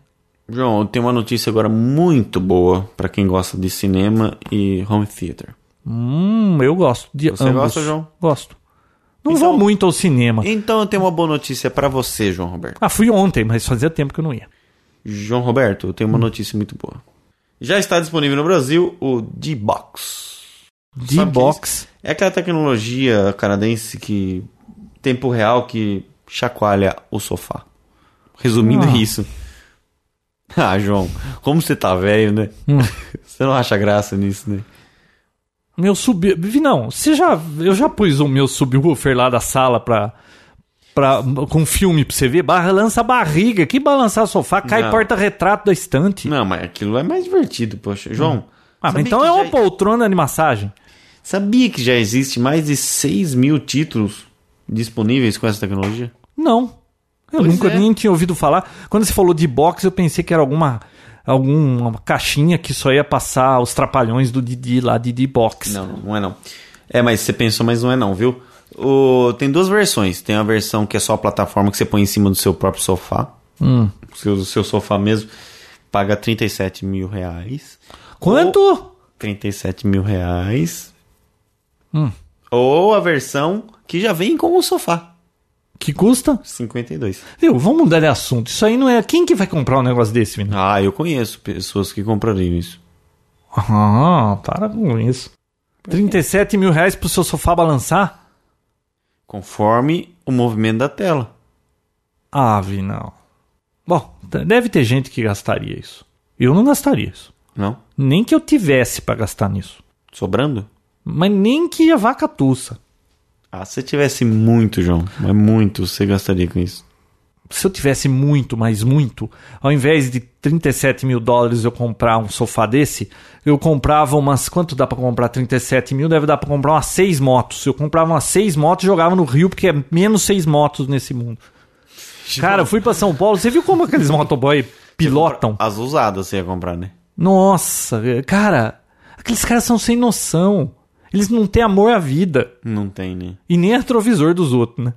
Speaker 3: João, eu tenho uma notícia agora muito boa pra quem gosta de cinema e home theater.
Speaker 2: Hum, eu gosto de
Speaker 3: Você
Speaker 2: ambos.
Speaker 3: gosta, João?
Speaker 2: Gosto. Não
Speaker 3: Então-
Speaker 2: vou muito ao cinema.
Speaker 3: Então eu tenho uma boa notícia pra você, João Roberto.
Speaker 2: Ah, fui ontem, mas fazia tempo que eu não ia.
Speaker 3: João Roberto, eu tenho uma notícia muito boa. Já está disponível no Brasil o D-Box. Sabe o que é
Speaker 2: D-Box.
Speaker 3: É aquela tecnologia canadense que tempo real que chacoalha o sofá. Resumindo é
Speaker 2: Ah.
Speaker 3: isso. Ah, João, como você tá velho, né?
Speaker 2: Hum.
Speaker 3: Você não acha graça nisso, né?
Speaker 2: Meu sub... Vi, Não, você já... eu já pus o meu subwoofer lá da sala pra... Pra... com filme pra você ver. Balança a barriga. Que balançar sofá? Cai
Speaker 3: Não.
Speaker 2: porta-retrato da estante.
Speaker 3: Não, mas aquilo é mais divertido, poxa. João,
Speaker 2: Ah, mas
Speaker 3: sabia
Speaker 2: então
Speaker 3: que
Speaker 2: é uma
Speaker 3: já-
Speaker 2: poltrona de massagem.
Speaker 3: Sabia que já existe mais de 6 mil títulos disponíveis com essa tecnologia?
Speaker 2: Não. Eu
Speaker 3: Pois
Speaker 2: nunca
Speaker 3: é.
Speaker 2: nem tinha ouvido falar. Quando você falou de box, eu pensei que era alguma... Alguma caixinha que só ia passar os trapalhões do Didi lá, Didi Box.
Speaker 3: Não, não, não é não. É, mas você pensou, mas não é não, viu? O- tem duas versões. Tem a versão que é só a plataforma que você põe em cima do seu próprio sofá.
Speaker 2: Hum.
Speaker 3: O seu, o seu sofá mesmo. Paga 37 mil reais.
Speaker 2: Quanto?
Speaker 3: 37 mil reais.
Speaker 2: Hum.
Speaker 3: Ou a versão que já vem com o sofá.
Speaker 2: Que custa?
Speaker 3: 52.
Speaker 2: Viu, vamos mudar de assunto. Isso aí não é. Quem que vai comprar um negócio desse, menino?
Speaker 3: Ah, eu conheço pessoas que comprariam isso.
Speaker 2: Ah, para com isso. 37 mil reais pro seu sofá balançar?
Speaker 3: Conforme o movimento da tela.
Speaker 2: Ave, Ah, não. Bom, t- deve ter gente que gastaria isso. Eu não gastaria isso.
Speaker 3: Não?
Speaker 2: Nem que eu tivesse pra gastar nisso.
Speaker 3: Sobrando?
Speaker 2: Mas nem que a vaca tussa.
Speaker 3: Ah, se tivesse muito, João, mas muito, você gastaria com isso.
Speaker 2: Se eu tivesse muito, mas muito, ao invés de 37 mil dólares eu comprar um sofá desse, eu comprava umas. Quanto dá pra comprar 37 mil? Deve dar pra comprar umas seis motos. Eu comprava umas seis motos e jogava no Rio, porque é menos seis motos nesse mundo. Cara, eu fui pra São Paulo. Você viu como aqueles motoboy pilotam?
Speaker 3: As usadas você ia comprar, né?
Speaker 2: Nossa, velho, cara, aqueles caras são sem noção. Eles não têm amor à vida
Speaker 3: Não tem, né?
Speaker 2: e nem é retrovisor dos outros, né?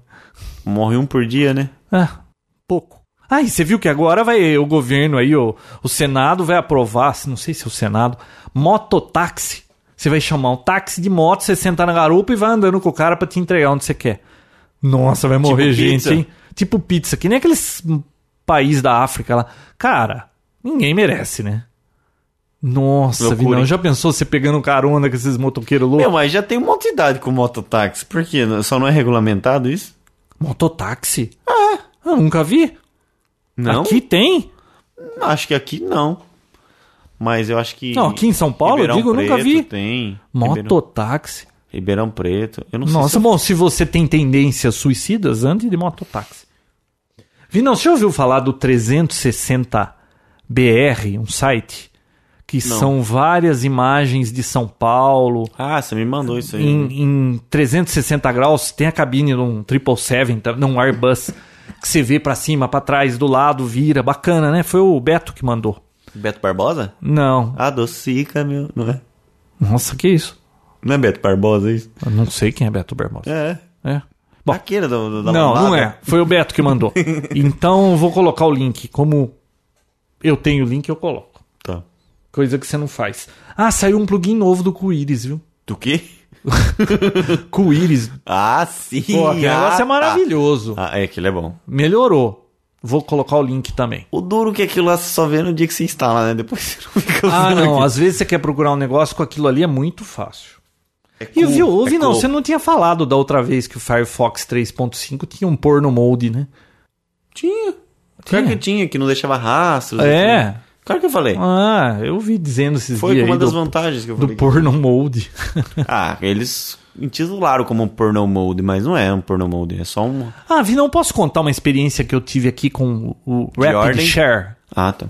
Speaker 3: Morre um por dia, né?
Speaker 2: Ah, pouco. Ah, e você viu que agora vai o governo aí, o, o Senado vai aprovar, se- não sei se é o Senado, mototáxi. Você vai chamar um táxi de moto, você senta na garupa e vai andando com o cara pra te entregar onde você quer. Nossa, vai morrer gente,
Speaker 3: pizza?
Speaker 2: hein? Tipo pizza, que nem aqueles hum, país da África lá. Cara, ninguém merece, né? Nossa,
Speaker 3: Loucura,
Speaker 2: Vinão,
Speaker 3: hein?
Speaker 2: já pensou você pegando carona com esses motoqueiros loucos?
Speaker 3: Meu, mas já tem um monte de idade com mototáxi. Por quê? Só não é regulamentado isso?
Speaker 2: Mototáxi? Ah, eu nunca vi.
Speaker 3: Não?
Speaker 2: Aqui tem?
Speaker 3: Acho que aqui não. Mas eu acho que...
Speaker 2: Não, aqui em São Paulo, eu
Speaker 3: Ribeirão
Speaker 2: digo, eu nunca
Speaker 3: Preto
Speaker 2: vi.
Speaker 3: tem. Ribeirão-
Speaker 2: Mototáxi?
Speaker 3: Ribeirão Preto. Eu não sei se
Speaker 2: Nossa,
Speaker 3: eu-
Speaker 2: bom, se você tem tendências suicidas, ande de mototáxi. Vinão, você ouviu falar do 360BR, um site? Que
Speaker 3: Não.
Speaker 2: são várias imagens de São Paulo
Speaker 3: Ah, você me mandou isso aí.
Speaker 2: em, em 360 graus. Tem a cabine num 777, tá- num Airbus, que você vê pra cima, pra trás, do lado, vira. Bacana, né? Foi o Beto que mandou.
Speaker 3: Beto Barbosa?
Speaker 2: Não.
Speaker 3: Adocica, meu. Não é?
Speaker 2: Nossa, que isso?
Speaker 3: Não é Beto Barbosa isso?
Speaker 2: Eu não sei quem é Beto Bermosa.
Speaker 3: É.
Speaker 2: É. Bom,
Speaker 3: Daquele do, do- da
Speaker 2: não,
Speaker 3: lombada?
Speaker 2: não é. Foi o Beto que mandou. então eu vou colocar o link. Como eu tenho o link, eu coloco.
Speaker 3: Tá.
Speaker 2: Coisa que você não faz. Ah, saiu um plugin novo do Cuiris, viu?
Speaker 3: Do quê?
Speaker 2: Cuiris.
Speaker 3: Ah, sim.
Speaker 2: Pô, aquele
Speaker 3: ah,
Speaker 2: negócio
Speaker 3: tá.
Speaker 2: é maravilhoso.
Speaker 3: Ah, é, aquele é bom.
Speaker 2: Melhorou. Vou colocar o link também.
Speaker 3: O duro que aquilo lá você só vê no dia que você instala, né? Depois você não fica
Speaker 2: Ah,
Speaker 3: usando
Speaker 2: não.
Speaker 3: aquilo.
Speaker 2: Às vezes você quer procurar um negócio com aquilo ali, é muito fácil.
Speaker 3: É
Speaker 2: E
Speaker 3: cool,
Speaker 2: viu, ouve
Speaker 3: é
Speaker 2: não,
Speaker 3: cool.
Speaker 2: você não tinha falado da outra vez que o Firefox 3.5 tinha um porno mode, né?
Speaker 3: Tinha. Claro que tinha, que não deixava rastros.
Speaker 2: É.
Speaker 3: assim. Claro que eu falei.
Speaker 2: Ah, eu vi dizendo esses
Speaker 3: Foi
Speaker 2: dias
Speaker 3: uma
Speaker 2: aí
Speaker 3: das
Speaker 2: do,
Speaker 3: vantagens que eu
Speaker 2: do
Speaker 3: falei.
Speaker 2: porno mode.
Speaker 3: Ah, eles intitularam como um porno mode, mas não é um porno mode, é só um.
Speaker 2: Ah, Vi, não posso contar uma experiência que eu tive aqui com o o Rapid
Speaker 3: ordem?
Speaker 2: Share,
Speaker 3: Ah, tá.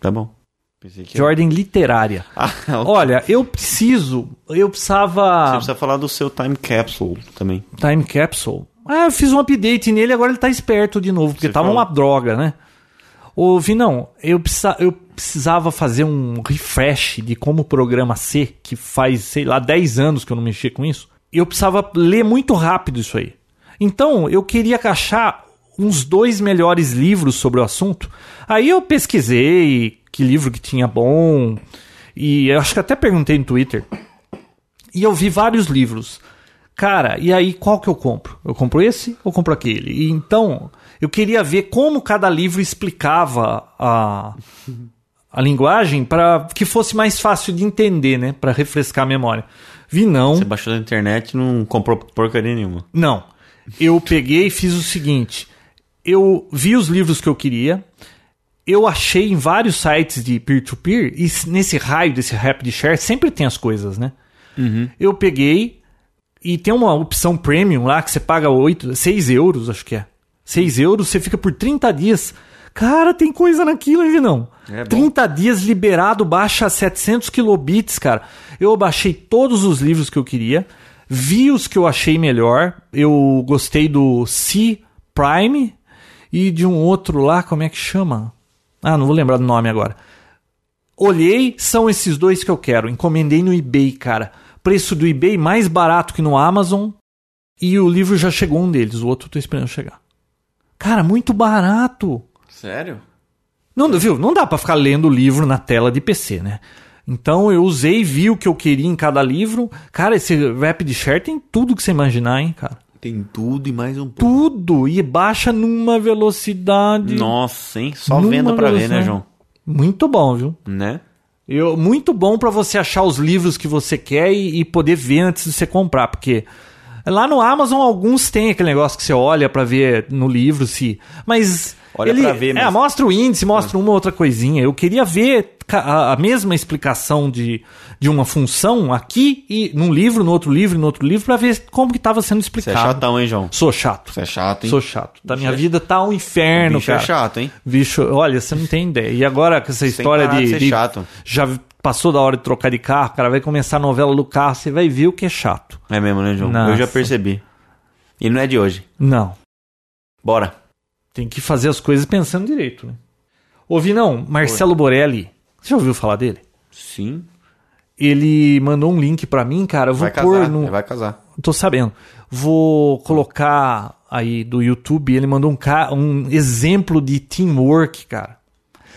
Speaker 3: Tá bom. Pensei que.
Speaker 2: de ordem literária.
Speaker 3: Ah, você
Speaker 2: Olha, eu preciso, eu precisava
Speaker 3: precisa falar do seu time capsule também.
Speaker 2: Time Capsule. Ah, eu fiz um update nele, agora ele tá esperto de novo, porque
Speaker 3: Você
Speaker 2: tava
Speaker 3: falou.
Speaker 2: uma droga, né? Ô, Vinão, eu, precisa- eu precisava fazer um refresh de como o programa C, que faz, sei lá, 10 anos que eu não mexia com isso, eu precisava ler muito rápido isso aí. Então, eu queria achar uns dois melhores livros sobre o assunto. Aí eu pesquisei que livro que tinha bom, e eu acho que até perguntei no Twitter. E eu vi vários livros. Cara, e aí qual que eu compro? Eu compro esse ou compro aquele? E então, eu queria ver como cada livro explicava a, a linguagem para que fosse mais fácil de entender, né? Para refrescar a memória. Vi não.
Speaker 3: Você baixou na internet e não comprou porcaria nenhuma.
Speaker 2: Não. Eu peguei e fiz o seguinte: eu vi os livros que eu queria, eu achei em vários sites de peer-to-peer, e s- nesse raio desse Rapid Share sempre tem as coisas, né? Eu peguei e tem uma opção premium lá que você paga 8, 6 euros, acho que é. 6 euros, você fica por 30 dias. Cara, tem coisa naquilo, hein, Vinão?
Speaker 3: É bom.
Speaker 2: 30 dias liberado, baixa 700 kilobits, cara. Eu baixei todos os livros que eu queria, vi os que eu achei melhor. Eu gostei do C Prime e de um outro lá, como é que chama? Ah, não vou lembrar do nome agora. Olhei, são esses dois que eu quero. Encomendei no eBay, cara. Preço do eBay mais barato que no Amazon. E o livro já chegou um deles, o outro eu tô esperando chegar. Cara, muito barato.
Speaker 3: Sério?
Speaker 2: Não, viu? Não dá pra ficar lendo o livro na tela de PC, né? Então eu usei, vi o que eu queria em cada livro. Cara, esse Rapid Share tem tudo que você imaginar, hein, cara?
Speaker 3: Tem tudo e mais um pouco.
Speaker 2: Tudo! E baixa numa velocidade.
Speaker 3: Nossa, hein? Só
Speaker 2: Numa
Speaker 3: venda pra ver, né,
Speaker 2: velocidade.
Speaker 3: João?
Speaker 2: Muito bom, viu?
Speaker 3: Né?
Speaker 2: Eu, muito bom pra você achar os livros que você quer e, e poder ver antes de você comprar, porque lá no Amazon alguns tem aquele negócio que você olha pra ver no livro se, mas
Speaker 3: Olha
Speaker 2: ele
Speaker 3: pra ver, É. mas-
Speaker 2: é, mostra o índice, mostra uma outra coisinha. Eu queria ver ca- a, a mesma explicação de, de uma função aqui e num livro, no outro livro, no outro livro pra ver como que estava sendo
Speaker 3: Você é
Speaker 2: explicado.
Speaker 3: chatão, hein, João?
Speaker 2: Sou chato.
Speaker 3: Você é chato, hein?
Speaker 2: Sou chato. Da minha
Speaker 3: Bicho é-
Speaker 2: vida tá um inferno,
Speaker 3: Bicho é
Speaker 2: cara.
Speaker 3: chato, hein?
Speaker 2: Bicho, olha, você não tem ideia. E agora com essa
Speaker 3: Sem
Speaker 2: história
Speaker 3: parar
Speaker 2: de,
Speaker 3: de ser
Speaker 2: de-
Speaker 3: chato.
Speaker 2: já passou da hora de trocar de carro, cara, vai começar a novela do carro, você vai ver o que é chato.
Speaker 3: É mesmo, né, João?
Speaker 2: Nossa.
Speaker 3: Eu já percebi. E não é de hoje.
Speaker 2: Não,
Speaker 3: Bora.
Speaker 2: tem que fazer as coisas pensando direito, né? Ouvi não, Marcelo Borelli. Você já ouviu falar dele?
Speaker 3: Sim.
Speaker 2: Ele mandou um link pra mim, cara. Eu vou
Speaker 3: Vai
Speaker 2: pôr
Speaker 3: casar. É.
Speaker 2: no.
Speaker 3: ele Vai casar.
Speaker 2: Tô sabendo. Vou colocar aí do YouTube. Ele mandou um, ca- um exemplo de teamwork, cara.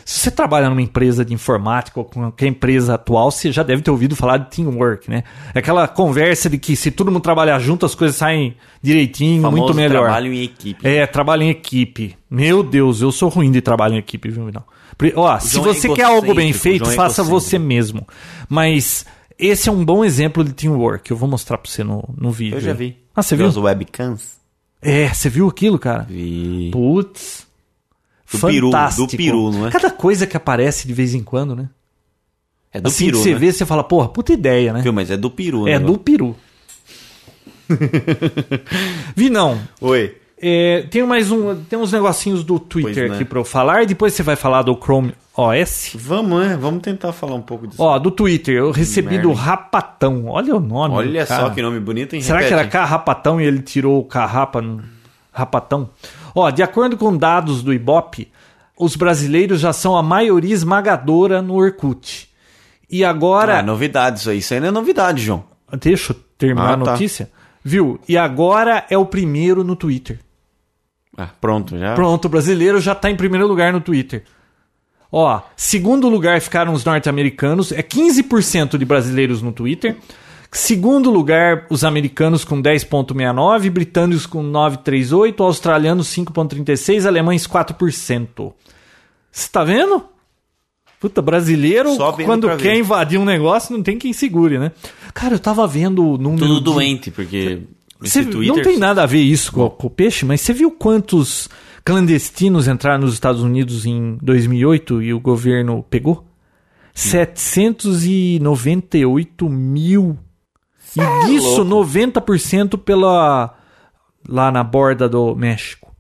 Speaker 2: Se você trabalha numa empresa de informática ou com qualquer empresa atual, você já deve ter ouvido falar de teamwork, né? É Aquela conversa de que se todo mundo trabalhar junto, as coisas saem direitinho,
Speaker 3: Famoso
Speaker 2: muito melhor.
Speaker 3: trabalho em equipe.
Speaker 2: É, trabalho em equipe. Meu Deus, eu sou ruim de trabalho em equipe, viu, Vinal? Pre- Ó, se
Speaker 3: João é
Speaker 2: você quer algo bem
Speaker 3: egocêntrico,
Speaker 2: feito,
Speaker 3: João é
Speaker 2: faça
Speaker 3: egocêntrico.
Speaker 2: você mesmo. Mas esse é um bom exemplo de teamwork. Eu vou mostrar pra você no, no vídeo.
Speaker 3: Eu já vi.
Speaker 2: Ah, você viu?
Speaker 3: Os webcams?
Speaker 2: É, você viu aquilo, cara?
Speaker 3: Vi.
Speaker 2: Putz.
Speaker 3: Do peru, do
Speaker 2: Fantástico.
Speaker 3: peru, não é?
Speaker 2: Cada coisa que aparece de vez em quando, né?
Speaker 3: É do
Speaker 2: assim
Speaker 3: peru,
Speaker 2: que você
Speaker 3: né?
Speaker 2: vê, você fala, porra, puta ideia, né?
Speaker 3: Viu, mas é do peru, né?
Speaker 2: É do peru. Vi não.
Speaker 3: Oi.
Speaker 2: É, tem mais um. Tem uns negocinhos do Twitter
Speaker 3: Pois né.
Speaker 2: aqui pra eu falar. E depois você vai falar do Chrome OS.
Speaker 3: Vamos, né? Vamos tentar falar um pouco disso.
Speaker 2: Ó, do Twitter, eu recebi
Speaker 3: merda.
Speaker 2: do Rapatão. Olha o nome.
Speaker 3: Olha
Speaker 2: cara.
Speaker 3: só que nome bonito, hein?
Speaker 2: Será que
Speaker 3: Repete,
Speaker 2: era Carrapatão e ele tirou o Carrapa no Rapatão? Ó, de acordo com dados do Ibope, os brasileiros já são a maioria esmagadora no Orkut. E agora.
Speaker 3: Ah, novidade isso aí. Isso ainda é novidade, João.
Speaker 2: Deixa eu terminar
Speaker 3: Ah,
Speaker 2: a
Speaker 3: tá.
Speaker 2: notícia. Viu? E agora é o primeiro no Twitter.
Speaker 3: Ah, pronto, já.
Speaker 2: Pronto, o brasileiro já tá em primeiro lugar no Twitter. Ó, segundo lugar ficaram os norte-americanos, é 15% de brasileiros no Twitter. Segundo lugar, os americanos com 10,69, britânicos com 9,38, australianos 5,36, alemães 4%. Você tá vendo? Puta, brasileiro,
Speaker 3: Só vendo
Speaker 2: quando
Speaker 3: pra ver.
Speaker 2: quer invadir um negócio, não tem quem segure, né? Cara, eu tava vendo o número.
Speaker 3: Tudo
Speaker 2: de-
Speaker 3: doente, porque
Speaker 2: Cê-
Speaker 3: esse Twitter...
Speaker 2: Não tem nada a ver isso com, com o peixe, mas você viu quantos clandestinos entraram nos Estados Unidos em 2008 e o governo pegou? 798 mil.
Speaker 3: é
Speaker 2: e disso, 90% pela lá na borda do México.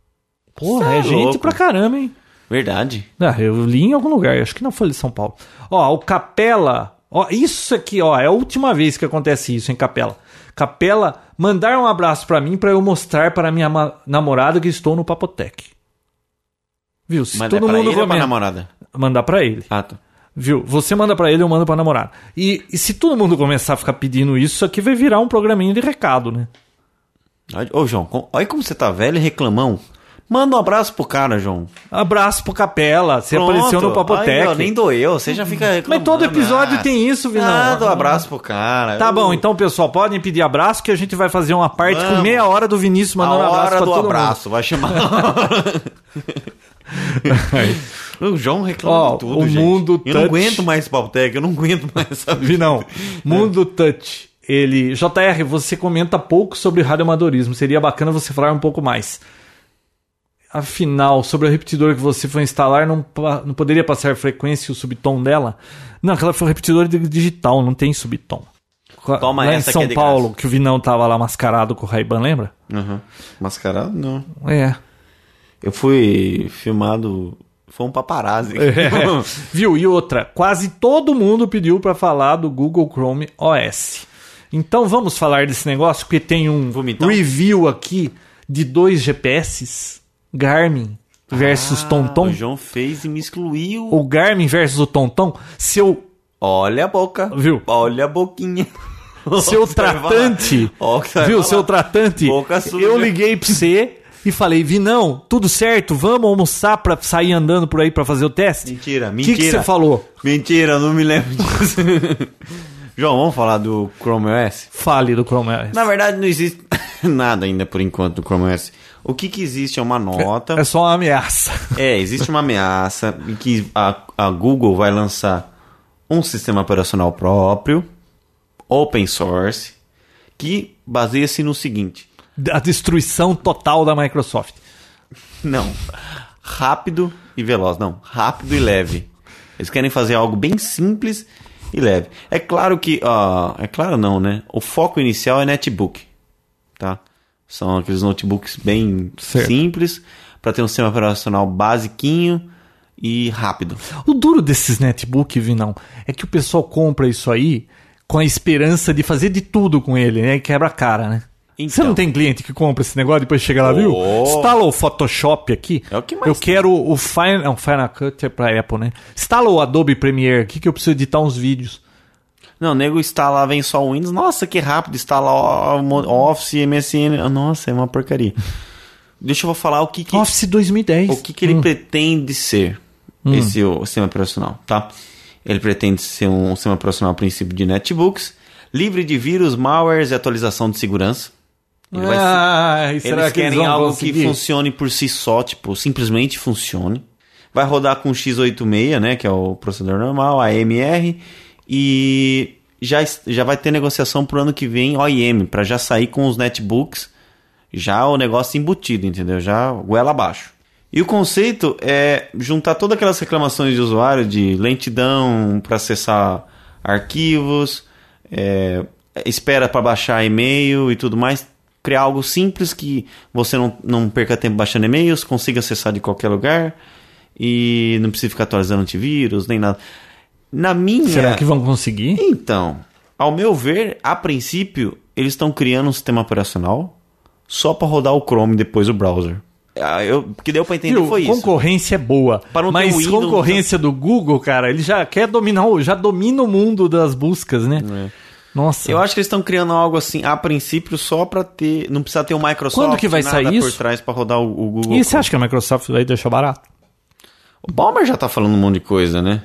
Speaker 2: Porra,
Speaker 3: Cê
Speaker 2: é,
Speaker 3: é
Speaker 2: gente
Speaker 3: louco.
Speaker 2: pra caramba, hein?
Speaker 3: Verdade.
Speaker 2: Ah, eu li em algum lugar, acho que não foi de São Paulo. Ó, o Capela. Ó, isso aqui, ó, é a última vez que acontece isso em Capela. Capela, mandar um abraço pra mim pra eu mostrar para minha ma- namorada que estou no Papotec. Viu? Se
Speaker 3: Mas
Speaker 2: todo
Speaker 3: é pra
Speaker 2: mundo
Speaker 3: ele ou pra
Speaker 2: comenta-
Speaker 3: namorada?
Speaker 2: mandar pra ele.
Speaker 3: Ah, tá.
Speaker 2: Viu? Você manda pra ele, eu mando pra namorada. E, e se todo mundo começar a ficar pedindo isso, isso aqui vai virar um programinha de recado, né?
Speaker 3: Olha- Ô, João, com- olha como você tá velho e reclamão. Manda um abraço pro cara, João.
Speaker 2: Abraço pro Capela, você
Speaker 3: Pronto.
Speaker 2: apareceu no Papotec.
Speaker 3: Ai, meu, nem doeu, você já fica reclamando.
Speaker 2: Mas todo episódio
Speaker 3: Ah,
Speaker 2: tem isso, Vinão.
Speaker 3: Ah, dá um abraço pro cara.
Speaker 2: Tá
Speaker 3: Eu-
Speaker 2: bom, então, pessoal, podem pedir abraço que a gente vai fazer uma parte com
Speaker 3: Vamos.
Speaker 2: meia hora do Vinícius
Speaker 3: A
Speaker 2: mandando um abraço
Speaker 3: hora
Speaker 2: pra
Speaker 3: do
Speaker 2: todo
Speaker 3: abraço, vai chamar. o João reclama
Speaker 2: Ó,
Speaker 3: de tudo,
Speaker 2: o
Speaker 3: gente.
Speaker 2: mundo touch.
Speaker 3: eu não aguento mais Paltec, eu não aguento mais essa
Speaker 2: mundo. Vinão, Mundo Touch. Ele, JR, você comenta pouco sobre radioamadorismo. Seria bacana você falar um pouco mais. Afinal, sobre o repetidor que você foi instalar, não, pa- não poderia passar a frequência e o subtom dela? Não, aquela foi um repetidor de- digital, não tem subtom.
Speaker 3: Toma
Speaker 2: lá
Speaker 3: essa
Speaker 2: em
Speaker 3: que
Speaker 2: São
Speaker 3: é de
Speaker 2: Paulo,
Speaker 3: graça.
Speaker 2: que o Vinão tava lá mascarado com o Ray-Ban, lembra?
Speaker 3: Aham. Mascarado, não.
Speaker 2: É.
Speaker 3: Eu fui filmado. Foi um paparazzi.
Speaker 2: É. Viu? E outra, quase todo mundo pediu pra falar do Google Chrome OS. Então vamos falar desse negócio, porque tem um
Speaker 3: Vomitão?
Speaker 2: review aqui de dois GPS, Garmin versus
Speaker 3: o
Speaker 2: Tonton.
Speaker 3: João fez e me excluiu.
Speaker 2: O Garmin versus o Tonton, seu,
Speaker 3: Olha a boca.
Speaker 2: Viu?
Speaker 3: Olha a boquinha.
Speaker 2: seu
Speaker 3: Ó o que você vai
Speaker 2: tratante,
Speaker 3: falar. Ó o que você vai
Speaker 2: viu,
Speaker 3: falar.
Speaker 2: seu tratante,
Speaker 3: Boca suja.
Speaker 2: eu liguei pra você e falei, Vinão, tudo certo, vamos almoçar pra sair andando por aí pra fazer o teste?
Speaker 3: Mentira,
Speaker 2: O que
Speaker 3: mentira.
Speaker 2: que você falou?
Speaker 3: Mentira, eu não me lembro disso. João, vamos falar do Chrome OS?
Speaker 2: Fale do Chrome OS.
Speaker 3: Na verdade, não existe nada ainda por enquanto do Chrome OS. O que, que existe é uma nota.
Speaker 2: É só uma ameaça.
Speaker 3: É, existe uma ameaça em que a, a Google vai lançar um sistema operacional próprio, open source, que baseia-se no seguinte:
Speaker 2: a destruição total da Microsoft.
Speaker 3: não, rápido e veloz, não, rápido e leve. Eles querem fazer algo bem simples e leve. É claro que, ah, é claro não, né? O foco inicial é netbook, tá? São aqueles notebooks bem
Speaker 2: Certo.
Speaker 3: simples para ter um sistema operacional basiquinho e rápido.
Speaker 2: O duro desses netbook, Vinão, é que o pessoal compra isso aí com a esperança de fazer de tudo com ele, né? E quebra a cara, né?
Speaker 3: Então.
Speaker 2: Você não tem cliente que compra esse negócio e depois chega lá, viu?
Speaker 3: Oh.
Speaker 2: Instala o Photoshop aqui.
Speaker 3: É o que mais
Speaker 2: Eu
Speaker 3: tem.
Speaker 2: quero o Final, não, Final Cut é pra Apple, né? Instala o Adobe Premiere aqui que eu preciso editar uns vídeos.
Speaker 3: Não, o nego instala, vem só o Windows. Nossa, que rápido, instala o- o Office, MSN. Ah, Nossa, é uma porcaria. Deixa eu falar o que, que,
Speaker 2: Office 2010.
Speaker 3: o que, que ele pretende ser, esse o, sistema operacional, tá? Ele pretende ser um sistema operacional a princípio de netbooks, livre de vírus, malwares e atualização de segurança. Ele vai ser-
Speaker 2: ah, e será
Speaker 3: eles
Speaker 2: que eles
Speaker 3: querem
Speaker 2: vão
Speaker 3: algo
Speaker 2: conseguir?
Speaker 3: que funcione por si só, tipo, simplesmente funcione. Vai rodar com x86, né, que é o processador normal, AMR, e já, es- já vai ter negociação pro ano que vem OIM, para já sair com os netbooks, já o negócio embutido, entendeu? Já goela abaixo. E o conceito é juntar todas aquelas reclamações de usuário de lentidão para acessar arquivos, é, espera para baixar e-mail e tudo mais, criar algo simples que você não, não perca tempo baixando e-mails, consiga acessar de qualquer lugar e não precisa ficar atualizando antivírus nem nada. Na minha.
Speaker 2: Será que vão conseguir?
Speaker 3: Então, ao meu ver, a princípio, eles estão criando um sistema operacional só para rodar o Chrome depois o browser. Ah, eu, o que deu para entender
Speaker 2: Viu,
Speaker 3: foi isso.
Speaker 2: concorrência é boa.
Speaker 3: Para não ter
Speaker 2: mas
Speaker 3: um Windows,
Speaker 2: concorrência do Google, cara, ele já quer dominar, o- já domina o mundo das buscas, né? Nossa.
Speaker 3: É. Eu acho que eles estão criando algo assim, a princípio, só pra ter. Não precisa ter o Microsoft
Speaker 2: Quando que vai
Speaker 3: nada
Speaker 2: sair
Speaker 3: por
Speaker 2: isso? é
Speaker 3: trás pra rodar o, o Google.
Speaker 2: E você acha que a Microsoft vai deixar barato?
Speaker 3: O Balmer já tá falando um monte de coisa, né?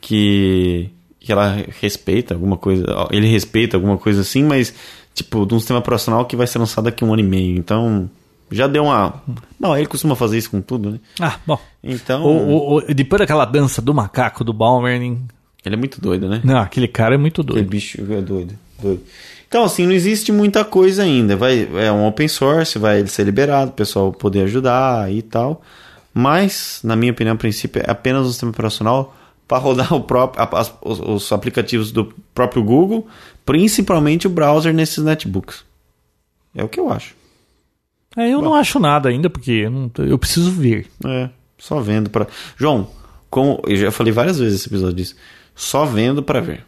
Speaker 3: Que. Que ela respeita alguma coisa. Ele respeita alguma coisa assim, mas, tipo, de um sistema profissional que vai ser lançado daqui a um ano e meio. Então. Já deu uma.
Speaker 2: Hum.
Speaker 3: Não, ele costuma fazer isso com tudo, né?
Speaker 2: Ah, bom.
Speaker 3: Então.
Speaker 2: O- o- o- depois daquela dança do macaco do Balmer, nem-
Speaker 3: Ele é muito doido, né?
Speaker 2: não, aquele cara é muito
Speaker 3: Aquele
Speaker 2: doido.
Speaker 3: bicho é doido, doido. Então, assim, não existe muita coisa ainda. Vai, é um open source, vai ser liberado, o pessoal poder ajudar e tal. Mas, na minha opinião, a princípio, é apenas um sistema operacional para rodar o próprio, a- as- os, os aplicativos do próprio Google, principalmente o browser nesses netbooks. É o que eu acho.
Speaker 2: É, eu não acho nada ainda, porque eu, não tô- eu preciso ver.
Speaker 3: É, só vendo para. João, como eu já falei várias vezes esse episódio disso, só vendo para ver.